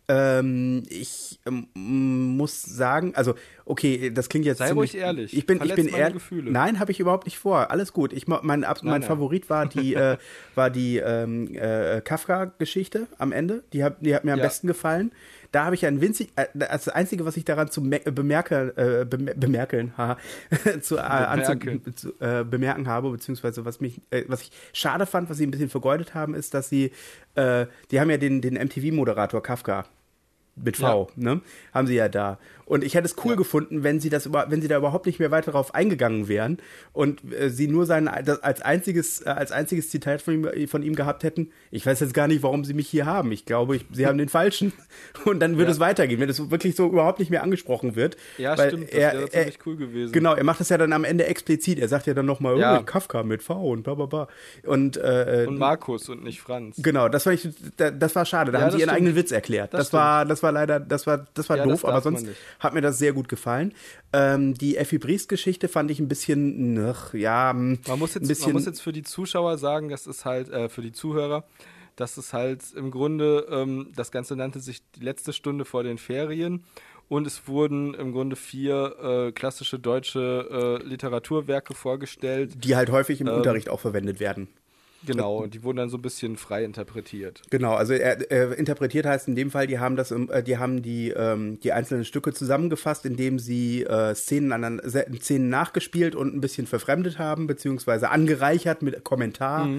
S2: Ähm, ich ähm, muss sagen, also, okay, das klingt jetzt
S1: Sei
S2: ziemlich,
S1: ruhig ehrlich.
S2: Ich bin, ich
S1: Verletz
S2: bin
S1: meine
S2: ehrlich.
S1: Gefühle.
S2: Nein, habe ich überhaupt nicht vor. Alles gut. Ich, mo- mein Ab- mein
S1: nein.
S2: Favorit war die, äh, war die ähm, äh, Kafka-Geschichte am Ende. Die hat, die hat mir am
S1: Ja.
S2: besten gefallen. Da habe ich ein winzig, äh, das Einzige, was ich daran zu me- äh, bemerke, äh, bem- bemerkeln, haha, zu, äh, anzu,
S1: Bemerken.
S2: zu, äh, bemerken habe, beziehungsweise was mich, äh, was ich schade fand, was sie ein bisschen vergeudet haben, ist, dass sie, äh, die haben ja den, den MTV-Moderator Kafka mit V, ne? Haben sie ja da. Und ich hätte es cool gefunden, wenn sie das über, wenn sie da überhaupt nicht mehr weiter darauf eingegangen wären und äh, sie nur sein das als einziges äh, als einziges Zitat von ihm, von ihm gehabt hätten. Ich weiß jetzt gar nicht, warum sie mich hier haben. Ich glaube, ich, sie haben den falschen. Und dann würde
S1: Ja.
S2: es weitergehen, wenn es wirklich so überhaupt nicht mehr angesprochen wird.
S1: Ja,
S2: Weil
S1: stimmt. Das
S2: er-
S1: wäre
S2: er-
S1: ziemlich cool gewesen.
S2: Genau, er macht das ja dann am Ende explizit. Er sagt ja dann nochmal,
S1: Ja.
S2: oh, Kafka mit V und bla bla bla. Und, äh,
S1: Und Markus und nicht Franz.
S2: genau, das, war ich, da- das war schade. Da
S1: Ja,
S2: haben sie
S1: das
S2: ihren
S1: stimmt.
S2: eigenen Witz erklärt.
S1: Das
S2: Das, war, das war leider, das war, das war
S1: Ja, das
S2: doof, aber
S1: darf man
S2: sonst
S1: nicht.
S2: hat mir das sehr gut gefallen. Ähm, die Effi Briest-Geschichte fand ich ein bisschen, ach, ja, man
S1: Man muss,
S2: ein
S1: jetzt,
S2: bisschen,
S1: man muss jetzt für die Zuschauer sagen, das ist halt, äh, für die Zuhörer, das ist halt im Grunde, ähm, das Ganze nannte sich die letzte Stunde vor den Ferien und es wurden im Grunde vier äh, klassische deutsche äh, Literaturwerke vorgestellt.
S2: die halt häufig
S1: Ähm.
S2: im Unterricht auch verwendet werden.
S1: Genau, und die wurden dann so ein bisschen frei interpretiert.
S2: Genau, also er, äh, interpretiert heißt in dem Fall, die haben das, im- äh, die haben die ähm, die einzelnen Stücke zusammengefasst, indem sie äh, Szenen anein- se- Szenen nachgespielt und ein bisschen verfremdet haben beziehungsweise angereichert mit Kommentar.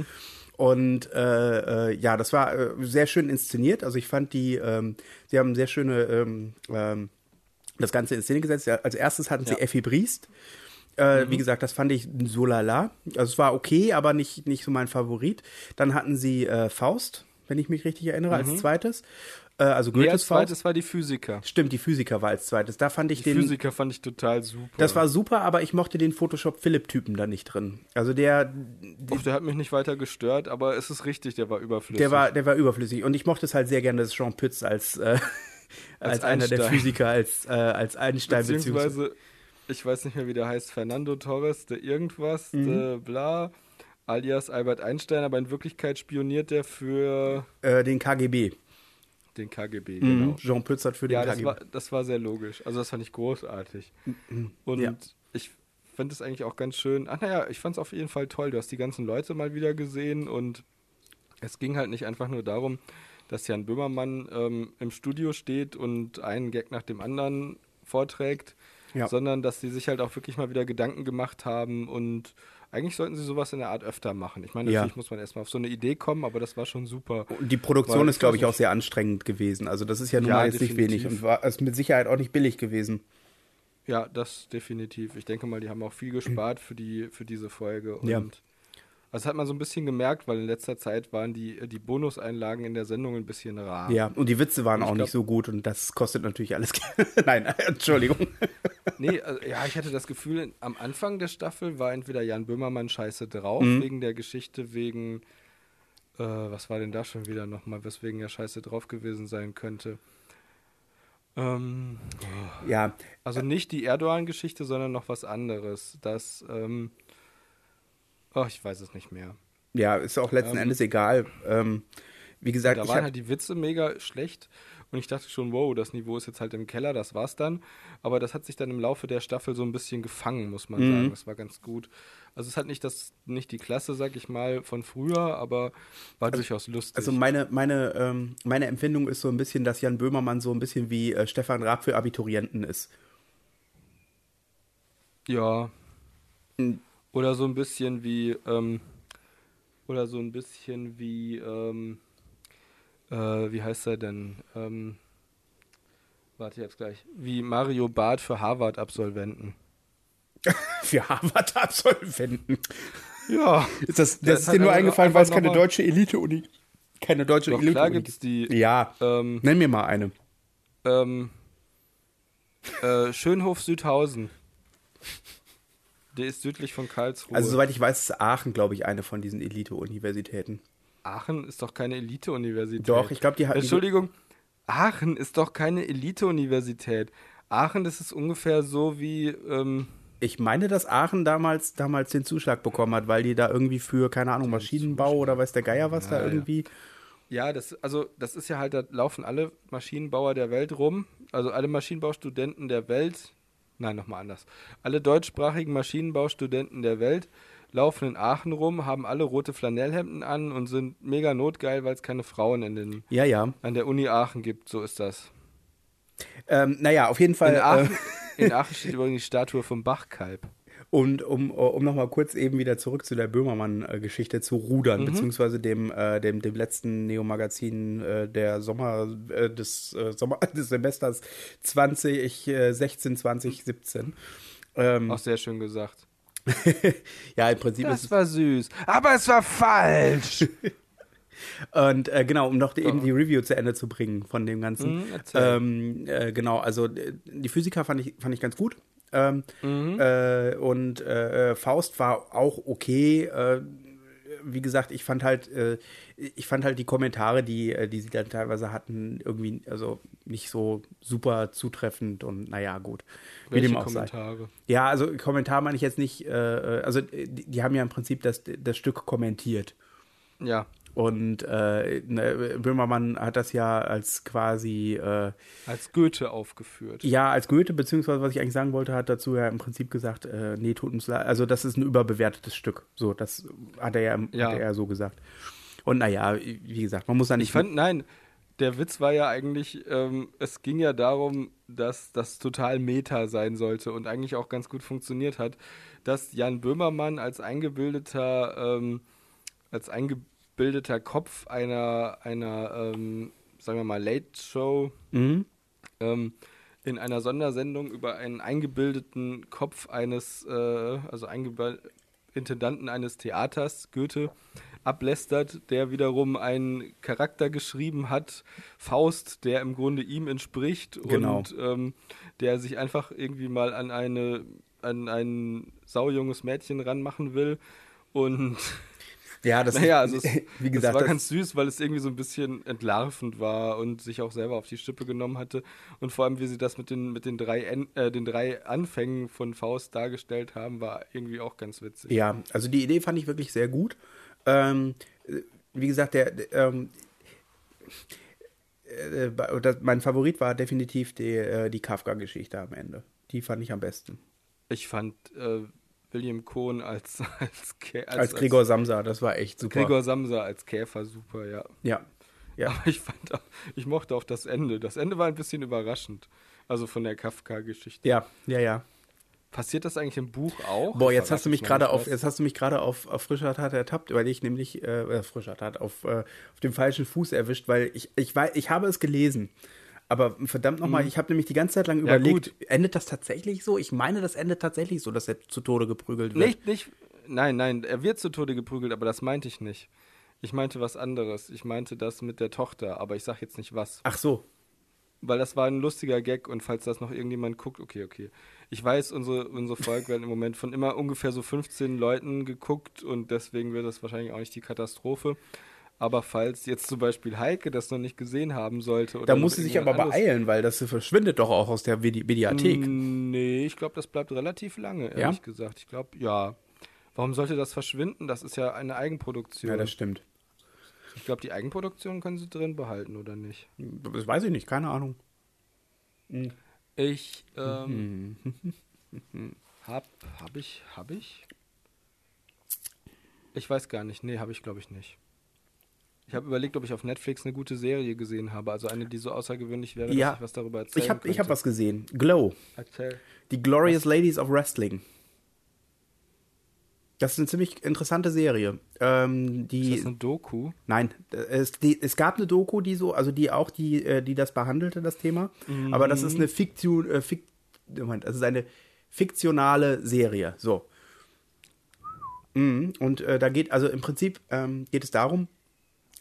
S2: Und äh, äh, ja, das war äh, sehr schön inszeniert. Also ich fand die, ähm, sie haben sehr schöne ähm, ähm, das Ganze in Szene gesetzt. Ja, Als erstes hatten sie
S1: Ja. Mhm.
S2: Effi Briest. Äh, Wie gesagt, das fand ich so lala. Also es war okay, aber nicht, nicht so mein Favorit. Dann hatten sie äh, Faust, wenn ich mich richtig erinnere, als zweites. Äh,
S1: Mhm. Nee,
S2: also Goethes
S1: als
S2: Faust.
S1: zweites war die Physiker.
S2: Stimmt, die Physiker war als zweites. Da fand ich
S1: Die
S2: den.
S1: Physiker fand ich total super.
S2: Das war super, aber ich mochte den Photoshop-Philipp-Typen da nicht drin. Also der,
S1: Och, der hat mich nicht weiter gestört, aber es ist richtig, der war überflüssig.
S2: der war, der war überflüssig. Und ich mochte es halt sehr gerne, dass Jean Pütz als, äh,
S1: Als
S2: als, einer der
S1: Einstein.
S2: Physiker, als, äh, als Einstein beziehungsweise
S1: Beziehungsweise, ich weiß nicht mehr, wie der heißt, Fernando Torres de irgendwas,
S2: Mhm.
S1: de bla, alias Albert Einstein, aber in Wirklichkeit spioniert der für
S2: äh, den KGB.
S1: den KGB,
S2: Genau.
S1: genau.
S2: Jean Pütz hat für den
S1: Ja, das
S2: KGB.
S1: war, das war sehr logisch. Also das fand ich großartig. Und
S2: Ja.
S1: ich fand es eigentlich auch ganz schön. Ach naja, ich fand es auf jeden Fall toll. Du hast die ganzen Leute mal wieder gesehen und es ging halt nicht einfach nur darum, dass Jan Böhmermann ähm, im Studio steht und einen Gag nach dem anderen vorträgt, ja. sondern dass sie sich halt auch wirklich mal wieder Gedanken gemacht haben und eigentlich sollten sie sowas in der Art öfter machen. Ich meine, natürlich ja. muss man erstmal auf so eine Idee kommen, aber das war schon super.
S2: Und die Produktion Weil, ist, glaube ich, auch sehr anstrengend gewesen. Also das ist ja nun ja, mal jetzt definitiv. nicht wenig und war ist mit Sicherheit auch nicht billig gewesen.
S1: Ja, das definitiv. Ich denke mal, die haben auch viel gespart für, die, für diese Folge. Und ja. Das hat man so ein bisschen gemerkt, weil in letzter Zeit waren die, die Bonuseinlagen in der Sendung ein bisschen rar.
S2: Ja, und die Witze waren auch glaub, nicht so gut und das kostet natürlich alles. Nein, Entschuldigung.
S1: nee, also, ja, ich hatte das Gefühl, am Anfang der Staffel war entweder Jan Böhmermann scheiße drauf, mhm. wegen der Geschichte, wegen, äh, was war denn da schon wieder nochmal, weswegen er scheiße drauf gewesen sein könnte. Ähm,
S2: oh. ja.
S1: Also nicht die Erdogan-Geschichte, sondern noch was anderes. Das, ähm, Oh, ich weiß es nicht mehr.
S2: Ja, ist auch letzten ähm, Endes egal. Ähm, wie gesagt,
S1: da waren halt die Witze mega schlecht und ich dachte schon, wow, das Niveau ist jetzt halt im Keller, das war's dann. Aber das hat sich dann im Laufe der Staffel so ein bisschen gefangen, muss man mhm. sagen. Das war ganz gut. Also es hat nicht das, nicht die Klasse, sag ich mal, von früher, aber war
S2: also,
S1: durchaus lustig.
S2: Also meine, meine, ähm, meine Empfindung ist so ein bisschen, dass Jan Böhmermann so ein bisschen wie äh, Stefan Raab für Abiturienten ist.
S1: Ja.
S2: Hm.
S1: Mhm. Oder so ein bisschen wie, ähm, oder so ein bisschen wie, ähm, äh, wie heißt er denn? Ähm, warte, ich hab's gleich. Wie Mario Barth für Harvard-Absolventen.
S2: für Harvard-Absolventen?
S1: Ja.
S2: Ist das, das, das ist halt dir nur eingefallen, weil es keine deutsche Elite-Uni Keine deutsche Ähm.
S1: Elite-Uni Klar gibt's die. ähm,
S2: Ja. nenn mir mal eine.
S1: Äh, Schönhof Südhausen. Der ist südlich von Karlsruhe.
S2: Also, soweit ich weiß, ist Aachen, glaube ich, eine von diesen Elite-Universitäten.
S1: Aachen ist doch keine Elite-Universität.
S2: Doch, ich glaube, die
S1: hat. Entschuldigung, Aachen ist doch keine Elite-Universität. Aachen, das ist ungefähr so wie. Ähm,
S2: ich meine, dass Aachen damals, damals den Zuschlag bekommen hat, weil die da irgendwie für, keine Ahnung, Maschinenbau Zuschlag. oder weiß der Geier was ja, da irgendwie.
S1: Ja, das, also, das ist ja halt, da laufen alle Maschinenbauer der Welt rum, also alle Maschinenbaustudenten der Welt, Nein, nochmal anders. Alle deutschsprachigen Maschinenbaustudenten der Welt laufen in Aachen rum, haben alle rote Flanellhemden an und sind mega notgeil, weil es keine Frauen in den,
S2: ja, ja.
S1: an der Uni Aachen gibt. So ist das.
S2: Ähm, naja, auf jeden Fall.
S1: In Aachen, äh, in Aachen steht übrigens die Statue vom Bachkalb.
S2: Und um, um nochmal kurz eben wieder zurück zu der Böhmermann-Geschichte zu rudern, mhm. beziehungsweise dem, äh, dem, dem letzten Neo-Magazin äh, der Sommer, äh, des, Sommer des Semesters äh, 2016, 2017.
S1: Ähm, Auch sehr schön gesagt.
S2: ja, im Prinzip
S1: das ist. Das war süß, aber es war falsch.
S2: Und äh, genau, um noch die, eben die Review zu Ende zu bringen von dem Ganzen. Mhm, ähm, äh, genau, also die Physiker fand ich, fand ich ganz gut. Ähm, mhm. äh, und Faust war auch okay. Äh, wie gesagt, ich fand halt, ich fand halt die Kommentare, die, die sie dann teilweise hatten, irgendwie also nicht so super zutreffend und naja, gut.
S1: Welche wie dem auch Kommentare? Sei.
S2: Ja, also Kommentar meine ich jetzt nicht, also die, die, haben ja im Prinzip das, das Stück kommentiert.
S1: Ja.
S2: Und äh, ne, Böhmermann hat das ja als quasi. Äh,
S1: als Goethe aufgeführt.
S2: Ja, als Goethe, beziehungsweise was ich eigentlich sagen wollte, hat dazu ja im Prinzip gesagt: äh, Nee, tut uns leid. Also, das ist ein überbewertetes Stück. So, das hat er ja, ja. Hat er ja so gesagt. Und naja, wie gesagt, man muss da nicht.
S1: Ich fand, nein, der Witz war ja eigentlich, ähm, es ging ja darum, dass das total Meta sein sollte und eigentlich auch ganz gut funktioniert hat, dass Jan Böhmermann als eingebildeter. Ähm, als eingebildeter gebildeter Kopf einer, einer ähm, sagen wir mal, Late-Show
S2: mhm.
S1: ähm, in einer Sondersendung über einen eingebildeten Kopf eines, äh, also eingebild Intendanten eines Theaters, Goethe, ablästert, der wiederum einen Charakter geschrieben hat, Faust, der im Grunde ihm entspricht
S2: genau.
S1: und ähm, der sich einfach irgendwie mal an eine an ein saujunges Mädchen ranmachen will und
S2: ja, das
S1: naja, also es, wie gesagt, das war das ganz süß, weil es irgendwie so ein bisschen entlarvend war und sich auch selber auf die Schippe genommen hatte. Und vor allem, wie sie das mit den, mit den, drei, en äh, den drei Anfängen von Faust dargestellt haben, war irgendwie auch ganz witzig.
S2: Ja, also die Idee fand ich wirklich sehr gut. Ähm, wie gesagt, der. der ähm, äh, das, mein Favorit war definitiv die, äh, die Kafka-Geschichte am Ende. Die fand ich am besten.
S1: Ich fand äh, William Cohn als als,
S2: als, als Gregor als, Samsa, das war echt super.
S1: Gregor Samsa als Käfer, super, ja.
S2: Ja. ja.
S1: Aber ich fand, auch, ich mochte auch das Ende. Das Ende war ein bisschen überraschend. Also von der Kafka-Geschichte.
S2: Ja, ja, ja.
S1: Passiert das eigentlich im Buch auch?
S2: Boah, jetzt hast, du mich gerade auf, jetzt hast du mich gerade auf, auf frischer Tat ertappt, weil ich nämlich, äh, frischer Tat, auf, äh, auf dem falschen Fuß erwischt, weil ich, ich, war, ich habe es gelesen. Aber verdammt nochmal, mhm. ich habe nämlich die ganze Zeit lang
S1: Ja,
S2: überlegt,
S1: gut.
S2: endet das tatsächlich so? Ich meine, das endet tatsächlich so, dass er zu Tode geprügelt wird.
S1: Nicht, nicht. Nein, nein, er wird zu Tode geprügelt, aber das meinte ich nicht. Ich meinte was anderes. Ich meinte das mit der Tochter, aber ich sag jetzt nicht was.
S2: Ach so.
S1: Weil das war ein lustiger Gag und falls das noch irgendjemand guckt, okay, okay. Ich weiß, unsere, unsere Folgen werden im Moment von immer ungefähr so 15 Leuten geguckt und deswegen wird das wahrscheinlich auch nicht die Katastrophe. Aber falls jetzt zum Beispiel Heike das noch nicht gesehen haben sollte. Oder
S2: Da
S1: noch
S2: muss sie sich aber
S1: irgendjemand anderes- Mm.
S2: beeilen, weil das verschwindet doch auch aus der Vidi- Mediathek.
S1: Hm, Nee, ich glaube, das bleibt relativ lange, ehrlich gesagt. Ich glaube, ja. Warum sollte das verschwinden? Das ist ja eine Eigenproduktion.
S2: Ja, das stimmt.
S1: ich glaube, die Eigenproduktion können sie drin behalten, oder nicht?
S2: Das weiß ich nicht, keine Ahnung.
S1: Ich, ähm,
S2: Mhm.
S1: hab, hab ich, hab ich? Ich weiß gar nicht. Nee, habe ich, glaube ich, nicht. Ich habe überlegt, ob ich auf Netflix eine gute Serie gesehen habe. Also eine, die so außergewöhnlich wäre,
S2: Ja.
S1: dass ich was darüber erzählen
S2: Ich habe ich hab
S1: könnte.
S2: was gesehen. Glow.
S1: Erzähl.
S2: Die Glorious Ladies of Wrestling. Das ist eine ziemlich interessante Serie. Ähm, die,
S1: Ist das eine Doku?
S2: Nein, es, die, es gab eine Doku, die so, also die auch, die, äh, die das behandelte, das Thema. Aber das ist eine
S1: Mhm.
S2: Fiktion, äh, Fik, Moment, das ist eine fiktionale Serie. So. Mhm, Und äh, da geht, also im Prinzip ähm, geht es darum,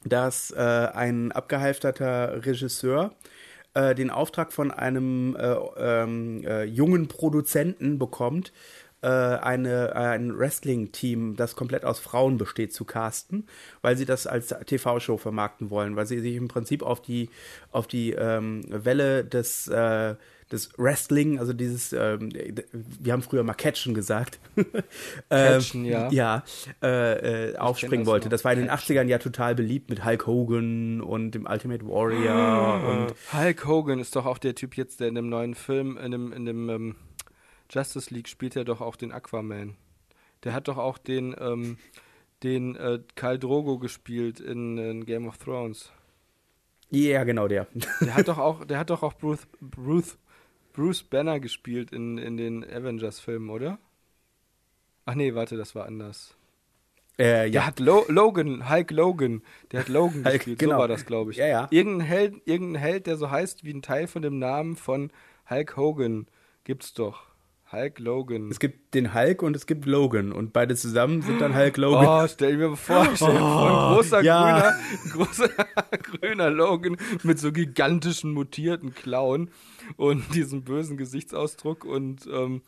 S2: dass äh, ein abgehalfterter Regisseur äh, den Auftrag von einem äh, ähm, äh, jungen Produzenten bekommt, äh, eine, ein Wrestling-Team, das komplett aus Frauen besteht, zu casten, weil sie das als TV-Show vermarkten wollen, weil sie sich im Prinzip auf die, auf die ähm, Welle des, äh, des Wrestling, also dieses, ähm, wir haben früher mal Catchen gesagt,
S1: Catchen,
S2: ähm,
S1: ja.
S2: ja äh, äh, aufspringen
S1: das
S2: wollte.
S1: noch.
S2: Das war in den 80ern ja total beliebt mit Hulk Hogan und dem Ultimate Warrior
S1: Ah.
S2: und
S1: Äh, Hulk Hogan ist doch auch der Typ jetzt, der in dem neuen Film, in dem, in dem ähm, Justice League spielt er doch auch den Aquaman. Der hat doch auch den, ähm, den äh, Karl Drogo gespielt in, in Game of Thrones.
S2: ja, genau der.
S1: Der hat doch auch, der hat doch auch Bruce, Bruce, Bruce Banner gespielt in, in den Avengers-Filmen, oder? Ach nee, warte, das war anders.
S2: äh,
S1: Der
S2: ja,
S1: hat Lo Logan, Hulk Logan, der hat Logan
S2: Hulk,
S1: gespielt,
S2: genau.
S1: so war das, glaube ich.
S2: Ja, ja.
S1: Irgendein Held, irgendein Held, der so heißt wie ein Teil von dem Namen von Hulk Hogan, gibt's doch. Hulk Logan.
S2: es gibt den Hulk und es gibt Logan und beide zusammen sind dann Hulk Logan.
S1: Oh, stell dir mal vor, stell dir vor, ein großer
S2: ja.
S1: grüner, großer grüner Logan mit so gigantischen mutierten Klauen und diesem bösen Gesichtsausdruck und ähm,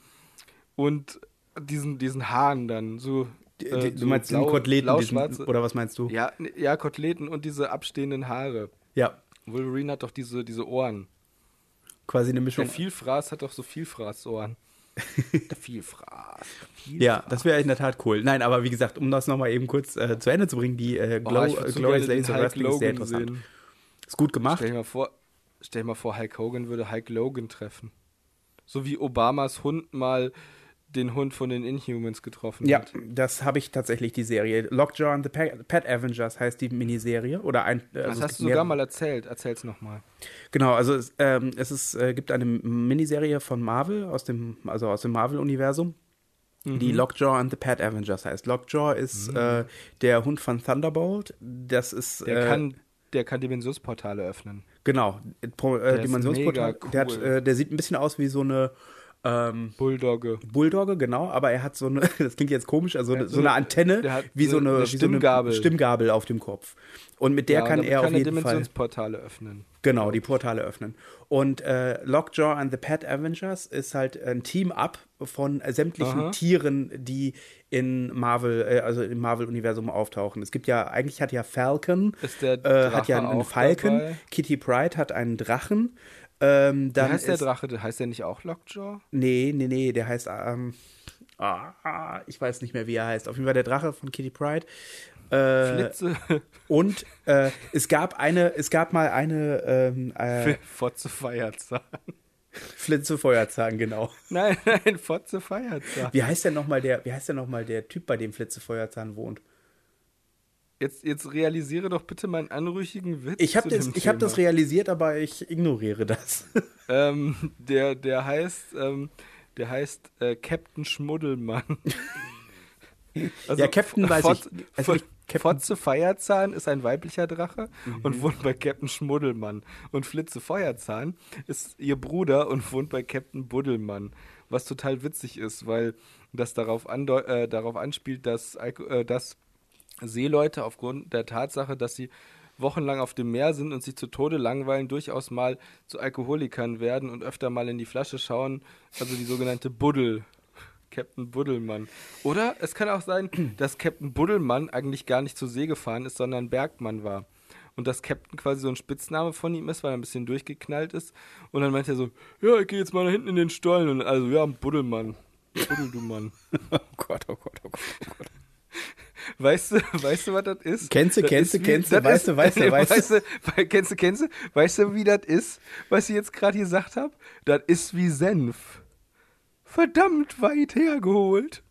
S1: und diesen diesen Haaren dann so.
S2: Die-
S1: äh,
S2: die-
S1: so
S2: du meinst den
S1: blau-
S2: Koteletten diesen,
S1: blau-schwarze-
S2: oder was meinst du?
S1: ja, n- ja, Koteletten und diese abstehenden Haare.
S2: Ja,
S1: Wolverine hat doch diese, diese Ohren.
S2: quasi eine
S1: Der
S2: Mischung.
S1: Vielfraß hat doch so Vielfraß-Ohren. Der Vielfraß.
S2: Ja, das wäre in der Tat cool. Nein, aber wie gesagt, um das nochmal eben kurz äh, zu Ende zu bringen, die äh,
S1: Oh,
S2: Glow,
S1: ich würd so gerne
S2: Glorious
S1: den
S2: Ladies of
S1: Hulk
S2: Wrestling ist sehr
S1: Logan
S2: interessant.
S1: sehen.
S2: Ist gut gemacht.
S1: Stell dir mal vor, stell dir mal vor, Hulk Hogan würde Hulk Logan treffen. So wie Obamas Hund mal den Hund von den Inhumans getroffen
S2: Ja,
S1: hat.
S2: das habe ich tatsächlich, die Serie. Lockjaw and the Pet, Pet Avengers heißt die Miniserie. Oder ein, äh,
S1: Das
S2: also es
S1: hast
S2: gibt
S1: du sogar
S2: mehrere-
S1: mal erzählt. Erzähl's nochmal.
S2: Genau, also es, ähm, es ist, äh, gibt eine Miniserie von Marvel, aus dem, also aus dem Marvel-Universum,
S1: Mhm.
S2: die Lockjaw and the Pet Avengers heißt. Lockjaw ist äh, der Hund von Thunderbolt. Das ist.
S1: Der,
S2: äh,
S1: kann, der kann Dimensionsportale öffnen.
S2: Genau, Pro, äh,
S1: ist
S2: Dimensionsportal.
S1: mega
S2: Der, hat,
S1: cool.
S2: äh, der sieht ein bisschen aus wie so eine. Ähm,
S1: Bulldogge.
S2: Bulldogge, genau, aber er hat so eine, das klingt jetzt komisch, also so,
S1: hat so
S2: eine
S1: eine-
S2: Antenne,
S1: der hat
S2: wie so eine,
S1: eine
S2: wie so eine
S1: Stimmgabel.
S2: Stimmgabel auf dem Kopf. Und mit der
S1: Ja, und
S2: kann
S1: damit
S2: er
S1: kann
S2: auf jeden Fall
S1: Dimensionsportale öffnen.
S2: Genau, die Portale öffnen. Und äh, Lockjaw and the Pet Avengers ist halt ein Team-Up von äh, sämtlichen
S1: Aha.
S2: Tieren, die in Marvel, äh, also im Marvel-Universum auftauchen. Es gibt ja, eigentlich hat ja Falcon,
S1: Ist der
S2: äh, hat
S1: Drache
S2: ja einen
S1: auch
S2: Falken,
S1: dabei?
S2: Kitty Pride hat einen Drachen. Ähm, dann
S1: Wie heißt der
S2: ist,
S1: Drache? Der- Heißt der nicht auch Lockjaw?
S2: Nee, nee, nee, der heißt, ähm, ah, ah, ich weiß nicht mehr, wie er heißt. Auf jeden Fall der Drache von Kitty Pride. Äh,
S1: Blitze.
S2: und äh, es gab eine, es gab mal eine ähm, äh,
S1: Fotze Feierzahn.
S2: Flitze Feuerzahn, genau.
S1: Nein, nein, Fotze Feierzahn.
S2: Wie heißt denn nochmal der, wie heißt denn noch mal der Typ, bei dem Flitzefeuerzahn wohnt?
S1: Jetzt, jetzt realisiere doch bitte meinen anrüchigen Witz.
S2: Ich habe
S1: zu
S2: das,
S1: dem
S2: ich hab das
S1: Thema.
S2: realisiert, aber ich ignoriere das.
S1: ähm, der, der heißt, ähm, der heißt äh, Captain Schmuddelmann. Also
S2: ja, Captain weiß
S1: Fotz-
S2: ich. Also ich Captain, Mhm.
S1: Fotze Feierzahn ist ein weiblicher Drache und wohnt bei Captain Schmuddelmann. Und Flitze Feuerzahn ist ihr Bruder und wohnt bei Captain Buddelmann. Was total witzig ist, weil das darauf, andeu- äh, darauf anspielt, dass, Alko- äh, dass Seeleute aufgrund der Tatsache, dass sie wochenlang auf dem Meer sind und sich zu Tode langweilen, durchaus mal zu Alkoholikern werden und öfter mal in die Flasche schauen. Also die sogenannte Buddel. Captain Buddelmann. Oder es kann auch sein, dass Captain Buddelmann eigentlich gar nicht zur See gefahren ist, sondern Bergmann war. Und dass Captain quasi so ein Spitzname von ihm ist, weil er ein bisschen durchgeknallt ist. Und dann meint er so, ja, ich gehe jetzt mal da hinten in den Stollen. Und also, ja, Buddelmann. Buddel, du Mann.
S2: oh Gott, oh Gott, oh Gott, oh Gott.
S1: Weißt du, weißt du, was das ist?
S2: Kennst du,
S1: Das ist
S2: kennst du,
S1: wie-
S2: kennst du,
S1: das
S2: weißt du,
S1: ist-
S2: weißt du,
S1: nee,
S2: weißt du.
S1: wei- Kennst du, kennst du, weißt du, wie das ist, was ich jetzt gerade gesagt habe? Das ist wie Senf. Verdammt weit hergeholt.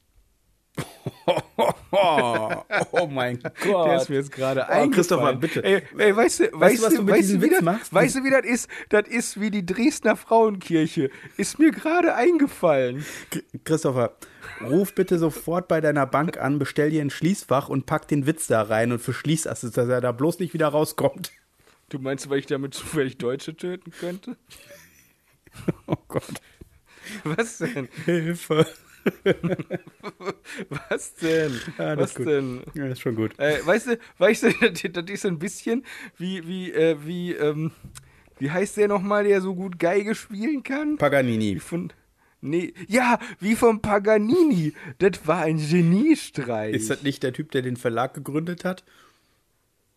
S2: Oh, oh mein Gott.
S1: Der ist mir jetzt gerade
S2: oh,
S1: eingefallen.
S2: Christopher, bitte.
S1: Ey, ey weißt du, weißt,
S2: was du mit
S1: weißt
S2: diesem
S1: wie
S2: Witz
S1: das,
S2: machst?
S1: Weißt du, wie das ist? Das ist wie die Dresdner Frauenkirche. Ist mir gerade eingefallen.
S2: K- Christopher, ruf bitte sofort bei deiner Bank an, bestell dir ein Schließfach und pack den Witz da rein und verschließ das, dass er da bloß nicht wieder rauskommt.
S1: Du meinst, weil ich damit zufällig Deutsche töten könnte?
S2: Oh Gott.
S1: Was denn?
S2: Hilfe.
S1: Was denn?
S2: Ja, das
S1: Was
S2: ist gut.
S1: denn?
S2: Ja, ist schon gut.
S1: Äh, weißt du, weißt du, das das ist so ein bisschen wie, wie, äh, wie, ähm, wie heißt der nochmal, der so gut Geige spielen kann? Wie
S2: Paganini.
S1: von. Nee, ja, wie von Paganini. Das war ein Geniestreich.
S2: Ist das nicht der Typ, der den Verlag gegründet hat?